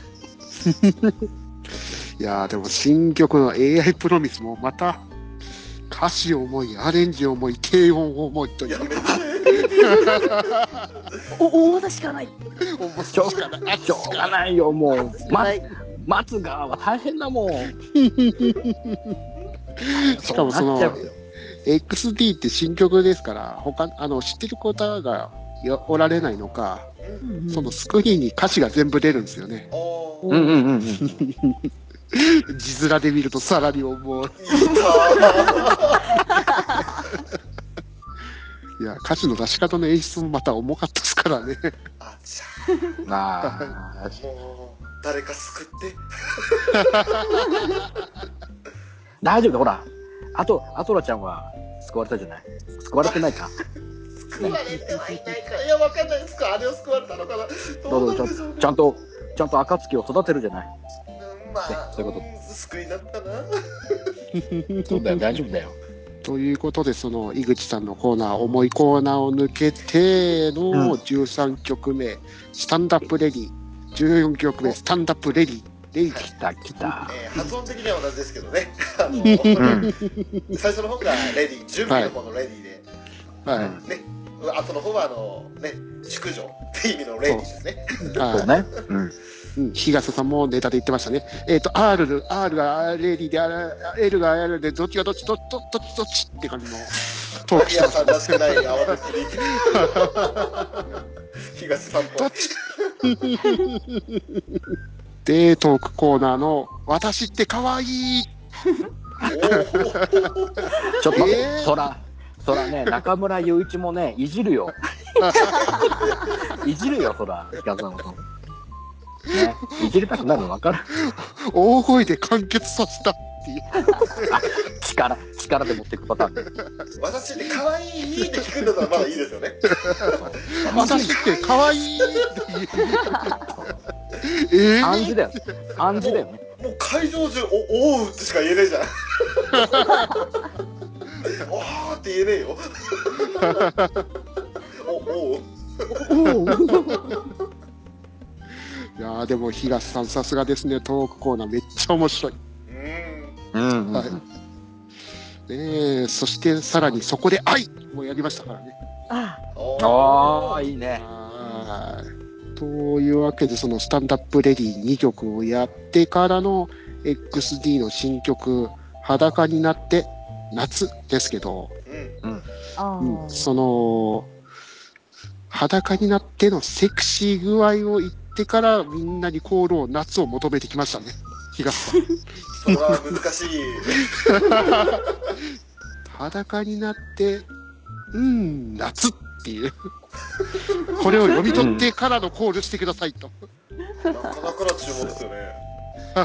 Speaker 6: いやーでも新曲の AI プロミスもまた歌詞思い、アレンジ思い、低音思いという
Speaker 4: やめて。
Speaker 3: お、大技しかない。
Speaker 6: 面
Speaker 1: しょ
Speaker 6: 白
Speaker 1: う
Speaker 6: い
Speaker 1: が
Speaker 6: から
Speaker 1: ないしょうがないよもう。ま
Speaker 3: はい
Speaker 1: 待つ側は大変だもん。
Speaker 6: しかもそ
Speaker 1: なっ
Speaker 6: の
Speaker 1: ちゃうよ
Speaker 6: XD って新曲ですから他あの知ってる方がよおられないのか、そのスクリーンに歌詞が全部出るんですよね
Speaker 4: おー。
Speaker 1: うんうんうんうん。
Speaker 6: 字面で見るとさらに思う
Speaker 4: いた
Speaker 6: いや歌詞の出し方の演出もまた重かったですからね
Speaker 4: あち
Speaker 1: あー
Speaker 4: ゃ、もう、誰か救って。
Speaker 1: 大丈夫だほら。あとアトラちゃんは救われたじゃない。救われてないか。
Speaker 4: 救われてはいないから。いや、わかんないですか。あれを救われたのかな。ど
Speaker 1: ど
Speaker 4: う
Speaker 1: う
Speaker 4: な
Speaker 1: ぞ
Speaker 4: んで
Speaker 1: ち
Speaker 4: し
Speaker 1: ゃ
Speaker 4: ょうんね
Speaker 1: ちゃんとちゃんと暁を育てるじゃない。
Speaker 4: うんまあ、
Speaker 1: そういうこと
Speaker 4: ん救いだったな。
Speaker 1: そうだよ大丈夫だよ。
Speaker 6: ということでその井口さんのコーナー重いコーナーを抜けての13曲目、スタンダップレディ14曲目スタンダップレディレディ
Speaker 1: 来た来た。
Speaker 4: えー発音的には同じですけど ね。あの
Speaker 1: う ん
Speaker 4: 最初の方がレディ、準備の方のレディで、
Speaker 6: はい、
Speaker 4: 後の方はあのね、淑女っていう意味のレディですね。
Speaker 1: そう
Speaker 6: は
Speaker 1: ね。うん。
Speaker 6: いうん、東さんもネタで言ってましたねえっ、と R, R がレディで R L が L でどっちがどっちどっちどっちどっちって感じのトーク
Speaker 4: い
Speaker 6: して
Speaker 4: や
Speaker 6: まし
Speaker 4: さん
Speaker 6: た
Speaker 4: らしくない慌てきり。東さんっ ぽ い。
Speaker 6: でトークコーナーの「私って可愛い
Speaker 1: ちょっと待って
Speaker 6: えー、
Speaker 1: そら、そらね、中村雄一もね、いじるよ。いじるよ、そら、ヒカさんのこと。ね、いじりたくなるの分かる。
Speaker 6: 大声で完結させた」っていう
Speaker 1: 力、力で持っていくパターンね。
Speaker 4: 私って可愛いって聞くんだったらまだいいですよね。
Speaker 6: 「私って可愛いっていうええ
Speaker 1: 暗示だよね。暗示だよね。
Speaker 4: もう会場中おおうってしか言え ねえじゃん。おーって言えねえ よ。おおう。
Speaker 6: いやーでも東さんさすがですねトークコーナーめっちゃ面白い、
Speaker 4: う
Speaker 1: う
Speaker 4: ん。
Speaker 1: ん、うん
Speaker 6: はいねえそしてさらにそこで「愛」もやりましたからね
Speaker 3: あ、
Speaker 1: ああ、いいね。
Speaker 6: はいというわけでそのスタンダップレディ2曲をやってからの XD の新曲「裸になって夏」ですけど、
Speaker 4: うん。
Speaker 3: あ
Speaker 6: うん
Speaker 3: ー、
Speaker 6: その裸になってのセクシー具合を言ってからみんなにコールを夏を求めてきましたね東さん。
Speaker 4: それは難しい。
Speaker 6: 裸になって、うん、夏っていう。 これを読み取ってからのコールしてくださいと。
Speaker 4: なかなかな注文ですよね。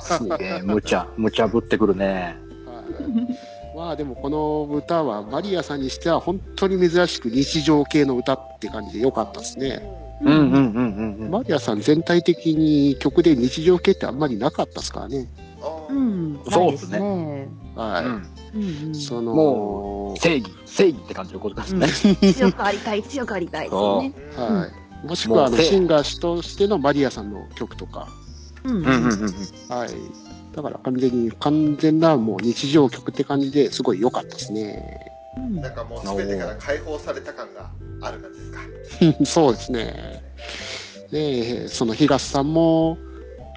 Speaker 1: すげえ、無茶、無茶ぶってくるね。
Speaker 6: はいまあでもこの歌はマリアさんにしては本当に珍しく日常系の歌って感じで良かったですね。
Speaker 1: うん、うん、うん、うん、うん。
Speaker 6: マリアさん全体的に曲で日常系ってあんまりなかったですからね。
Speaker 4: あ
Speaker 3: う
Speaker 4: ー
Speaker 3: ん、
Speaker 1: そうっすね
Speaker 3: ね。
Speaker 6: はい。
Speaker 3: うん、
Speaker 6: その
Speaker 1: も正義、正義って感じのことですね。
Speaker 3: 強くありたい、強くありたいですね。
Speaker 6: はい。もしくはあ
Speaker 1: も
Speaker 6: の
Speaker 1: うせ
Speaker 6: シンガーとしてのマリアさんの曲とか、
Speaker 3: うん
Speaker 1: うんうんうんうん。
Speaker 6: はい、だから完全に完全なもう日常曲って感じですごい良かったですね。
Speaker 4: なんかもう全てから解放された感がある感じですか。
Speaker 6: そうですね。で、その東さんも、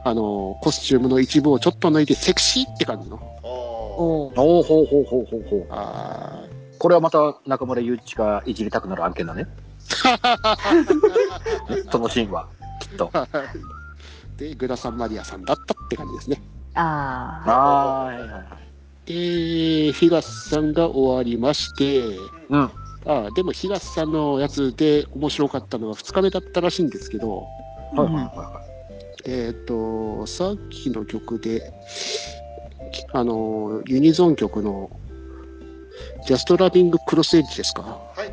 Speaker 6: あの、コスチュームの一部をちょっと抜いてセクシーって感じの。
Speaker 4: おー
Speaker 3: おー
Speaker 1: おおほうほうほうほうほう。
Speaker 6: あ
Speaker 1: これはまた中村祐一がいじりたくなる案件 だね。ねそのシーンは。
Speaker 6: ーで、グラサンマリアさんだったって感じですね。
Speaker 3: ああ。
Speaker 1: あーはいはいはい。
Speaker 6: で、東さんが終わりまして、
Speaker 1: うん。
Speaker 6: あーでも東さんのやつで面白かったのは2日目だったらしいんですけど、
Speaker 1: はいはいは
Speaker 6: えっ、と、さっきの曲で、あの、ユニゾン曲の、ジャストラビングクロスエッジですか。
Speaker 4: はい。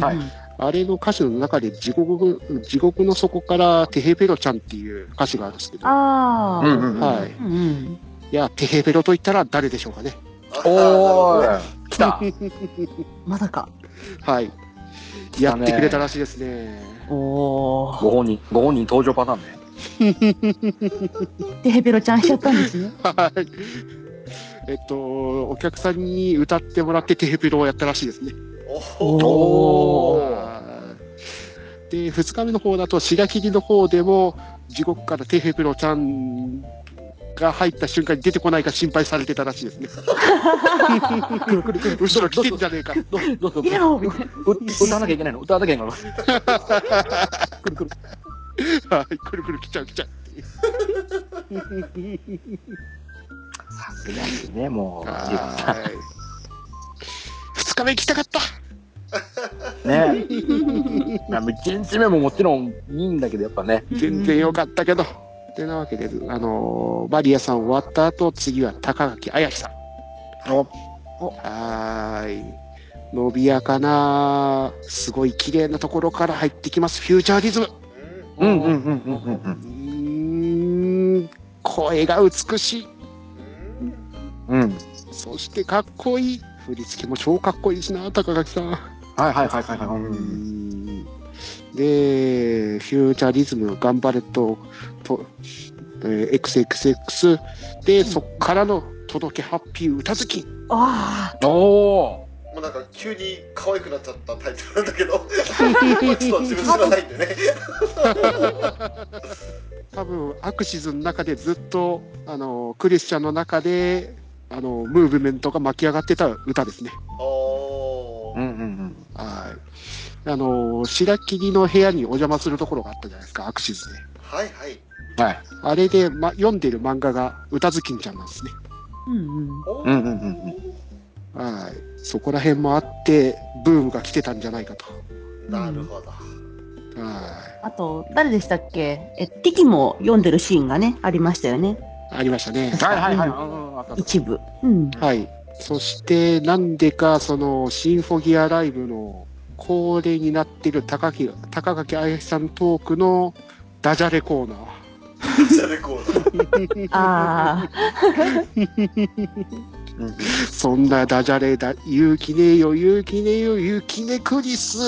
Speaker 1: はい
Speaker 3: うん
Speaker 6: あれの歌詞の中で地獄、地獄の底からテヘペロちゃんっていう歌詞があるんですけど、は
Speaker 3: あ
Speaker 1: い。
Speaker 3: あ。
Speaker 1: うんうんうん。
Speaker 6: い。
Speaker 3: うんうん。
Speaker 6: いや、テヘペロと言ったら誰でしょうかね。
Speaker 1: お
Speaker 4: あーなるほどね
Speaker 1: ー来た
Speaker 3: まさか。
Speaker 6: はい。
Speaker 1: ね
Speaker 6: やってくれたらしいですね。
Speaker 3: おお。
Speaker 1: ご本人、ご本人登場パターンね。
Speaker 3: でヘペロちゃんしちゃったんですね。
Speaker 6: はい。えっと、お客さんに歌ってもらってテヘペロをやったらしいですね。
Speaker 4: おー
Speaker 1: おー
Speaker 6: はいで、2日目の方だと、白切りの方でも、地獄からテヘペロちゃんが入った瞬間に出てこないか心配されてたらしいですね。後ろ来てんじゃねえか。
Speaker 1: どどどど
Speaker 3: いやーみたいな。
Speaker 1: う歌わなきゃいけないの歌わなきゃいけないの
Speaker 6: はい、くるくる来ちゃう来ちゃうっていう。
Speaker 1: さすがにね、もう。
Speaker 6: はい。2日目来たかった
Speaker 1: ねまあ、1日目ももちろんいいんだけど、やっぱね。
Speaker 6: 全然良かったけど。ってなわけで、あのーマリアさん終わった後、次は高垣彩希さん。
Speaker 1: お
Speaker 6: はーい。伸びやかな、すごい綺麗なところから入ってきます、フューチャーリズム。
Speaker 1: うんうんうんうんうんう。
Speaker 6: うんーん、声が美しい。
Speaker 4: うんうん
Speaker 1: うん。
Speaker 6: そしてかっこいい。振り付けも超かっこいいしな、高垣さん。
Speaker 1: はいはいはいはいはい。う
Speaker 6: うー
Speaker 1: ん
Speaker 6: んで、フューチャリズム、頑張れと、と、えー XXX で、そっからの届けハッピー歌好き。
Speaker 3: あ
Speaker 1: おー
Speaker 4: もうなんか急に可愛くなっちゃったタイトルなんだけどこれちょっと自分知らないんでね
Speaker 6: 多分、アクシズの中でずっと、あの、クリスチャンの中で、あの、ムーブメントが巻き上がってた歌ですね。
Speaker 4: お
Speaker 1: う
Speaker 4: ー
Speaker 1: んうんうん。
Speaker 6: はい。あの、白切の部屋にお邪魔するところがあったじゃないですか、アクシズで。
Speaker 4: はいはい
Speaker 1: はい。
Speaker 6: あれで、ま、読んでる漫画が歌好きんちゃんなんですね。
Speaker 3: あ。うん
Speaker 4: おー
Speaker 1: うんうんうん
Speaker 6: はい。そこら辺もあって、ブームが来てたんじゃないかと。
Speaker 4: なるほど
Speaker 6: は
Speaker 3: あと、誰でしたっけえ、ティキも読んでるシーンがね、ありましたよね。
Speaker 6: い。ありましたね
Speaker 1: うん。。はいはいはい。うんうんあったあった
Speaker 3: 一部。うん。
Speaker 6: はい。そして、なんでか、その、シンフォギアライブの恒例になってる高木、高垣彩さんトークのダジャレコーナー。
Speaker 4: じゃあレコード
Speaker 3: あ
Speaker 1: うんうん
Speaker 6: そんなダジャレだ、勇気ねえよ、勇気ねえよ、勇気ねクリス。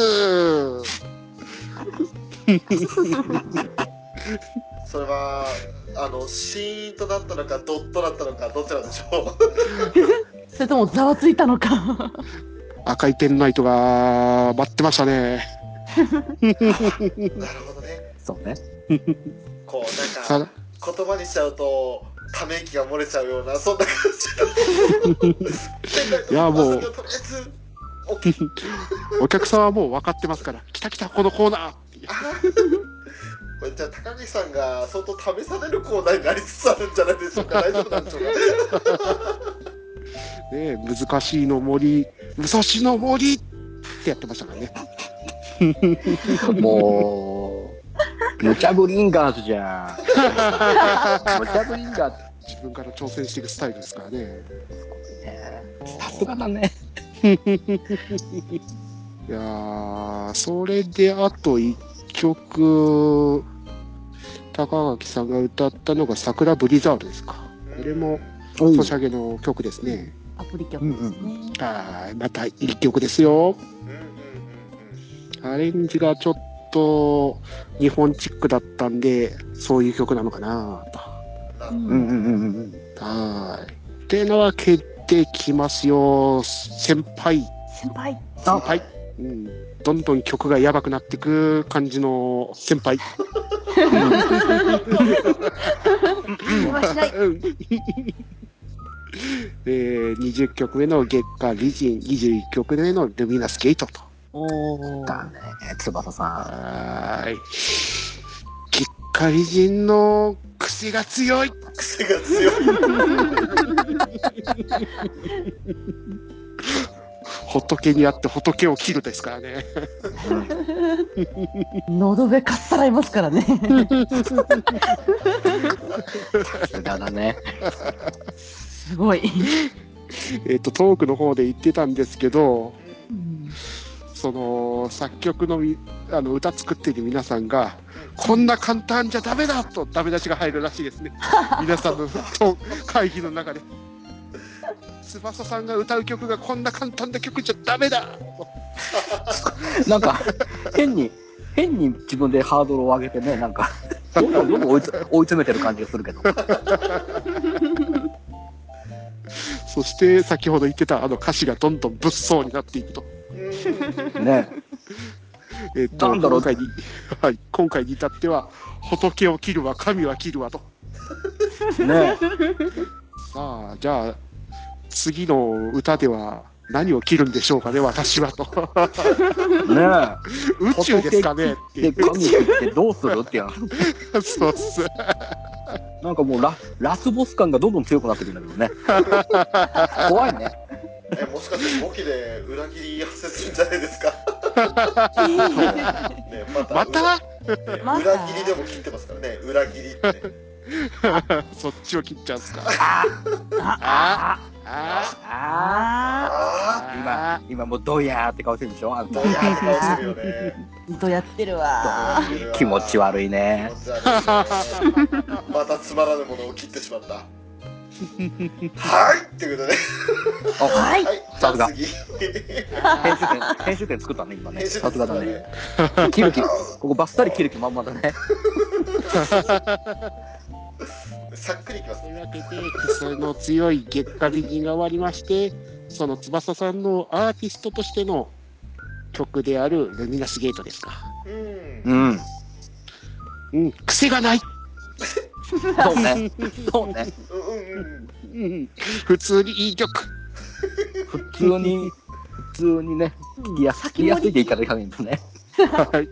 Speaker 4: それはあのシーンとなったのかドットだったのかどちらでしょ
Speaker 3: あ。それともざわついたのか。
Speaker 6: 赤いペンライトが待ってましたね。
Speaker 4: うなるほどね
Speaker 1: そうね。
Speaker 4: こうなん
Speaker 6: さ
Speaker 4: か言葉にしちゃうとため息が漏れちゃうようなそんな感じの
Speaker 6: いやも う
Speaker 4: とりあえずおき
Speaker 6: お客さんはもう分かってますから、来た来た、このコーナーっていう
Speaker 4: これじゃあ高木さんが相当試されるコーナーになりつつあるんじゃないでしょうか大丈夫なんでしょうか
Speaker 6: ねえ、難しいの森、武蔵の森ってやってましたからね。
Speaker 1: もう、無茶ぶりんガーズじ ゃん。無茶ぶりんガーズ。
Speaker 6: 自分から挑戦していくスタイルですからね。
Speaker 1: さすがだね。
Speaker 6: いやー、それであと一曲、高垣さんが歌ったのが桜ブリザールですか。これも、ソシャゲの曲ですね。
Speaker 3: アプリ曲ですね。
Speaker 6: はい、またいい曲ですよ。
Speaker 4: うんうんうんうん
Speaker 6: アレンジがちょっと日本チックだったんで、そういう曲なのかなと。
Speaker 4: な
Speaker 3: う
Speaker 1: う
Speaker 4: るほど
Speaker 1: ん
Speaker 3: ん
Speaker 1: うんうんうん。
Speaker 6: はーい。ってのは決定きますよ。先輩。
Speaker 3: 先輩
Speaker 6: 先輩。うん。どんどん曲がやばくなってく感じの先輩。
Speaker 3: 会話 しない
Speaker 6: うん えー、20曲目の月下理人、21曲目のルミナスゲートと。
Speaker 1: おだね、翼さ
Speaker 6: はーい。月下理人の癖が強い。
Speaker 4: 癖が強い。
Speaker 6: 仏にあって仏を切るですからね。
Speaker 3: 喉べかっさらいますからね
Speaker 1: ん。だだね。
Speaker 3: すごい、
Speaker 6: えっ、と、トークの方で言ってたんですけど、
Speaker 3: うん
Speaker 6: その作曲のみあの歌作っている皆さんが、こんな簡単じゃダメだとダメ出しが入るらしい ですね。皆さんのと会議の中で。翼さんが歌う曲がこんな簡単な曲じゃダメだと
Speaker 1: なんか、変に、変に自分でハードルを上げてね、なんか、どんどんどんどん追いつ追い詰めてる感じがするけど。
Speaker 6: そして先ほど言ってたあの歌詞がどんどん物騒になっていくと。
Speaker 1: ね。
Speaker 6: えっ、と、
Speaker 1: なんだろう
Speaker 6: 今回に、はい、今回に至っては、仏を切るわ、神は切るわと。
Speaker 1: ね。
Speaker 6: さあ、じゃあ、次の歌では何を切るんでしょうかね、私はと。
Speaker 1: ね。
Speaker 6: 宇宙ですかねってい
Speaker 1: で、
Speaker 6: う。
Speaker 1: 神ってどうするってやん。
Speaker 6: そうっす。
Speaker 1: なんかもうラ、ラスボス感がどんどん強くなってくるんだけど ね。怖いね。
Speaker 4: え、もしかして、簿記で裏切り発生するんじゃない ですか。ね、ま
Speaker 6: ま
Speaker 4: た。
Speaker 6: た
Speaker 4: ね
Speaker 3: また
Speaker 4: 裏切りでも切ってますからね。裏切りって。
Speaker 6: そっちを切っちゃうんすか。
Speaker 1: あ
Speaker 6: あ
Speaker 1: あ
Speaker 3: あ
Speaker 4: あ
Speaker 1: 今
Speaker 6: あ、
Speaker 1: 今もうドヤーって顔してるでしょあん
Speaker 4: あ。
Speaker 1: た
Speaker 4: どう。やって顔してるよね。
Speaker 3: ーとやってるわ
Speaker 1: 気持ち悪い
Speaker 4: 気
Speaker 1: ね
Speaker 4: 持。ち悪いね。 またつまらぬものを切ってしまった。はい、っていうことで。
Speaker 1: あ、はい。
Speaker 4: はい、じゃ
Speaker 1: さす
Speaker 4: あ
Speaker 1: が
Speaker 4: 次。
Speaker 1: 編集点、編集点作ったね、今ね。
Speaker 4: 編集
Speaker 1: さす
Speaker 4: 点
Speaker 1: が
Speaker 4: 作ったね
Speaker 1: だね。切る気、ここバッサリ切る気まんまだね。
Speaker 4: さっくりいきます
Speaker 6: と。いうわけで、癖の強い月下美人が終わりまして、その翼さんのアーティストとしての曲であるルミナスゲートですか。
Speaker 4: うん。
Speaker 1: うん。
Speaker 6: うん、癖がない。
Speaker 1: そうね。そうね。
Speaker 4: うんうんうん。
Speaker 6: うん、普通にいい曲。
Speaker 1: 普通 に、普通にね、聞きやす聞きやすいでいいからいかないとね。
Speaker 6: はい。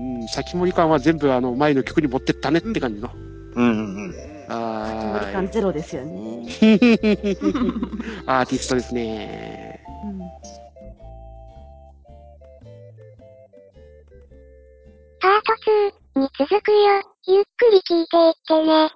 Speaker 6: うん、先盛り感は全部あの前の曲に持ってったねって感じの。
Speaker 1: うんうんうん。
Speaker 3: つもり
Speaker 6: は
Speaker 3: 感ゼロですよ
Speaker 6: い。
Speaker 3: ね、
Speaker 6: アーティストですね。
Speaker 3: うん
Speaker 5: パート2に続くよ。ゆっくり聞いていってね。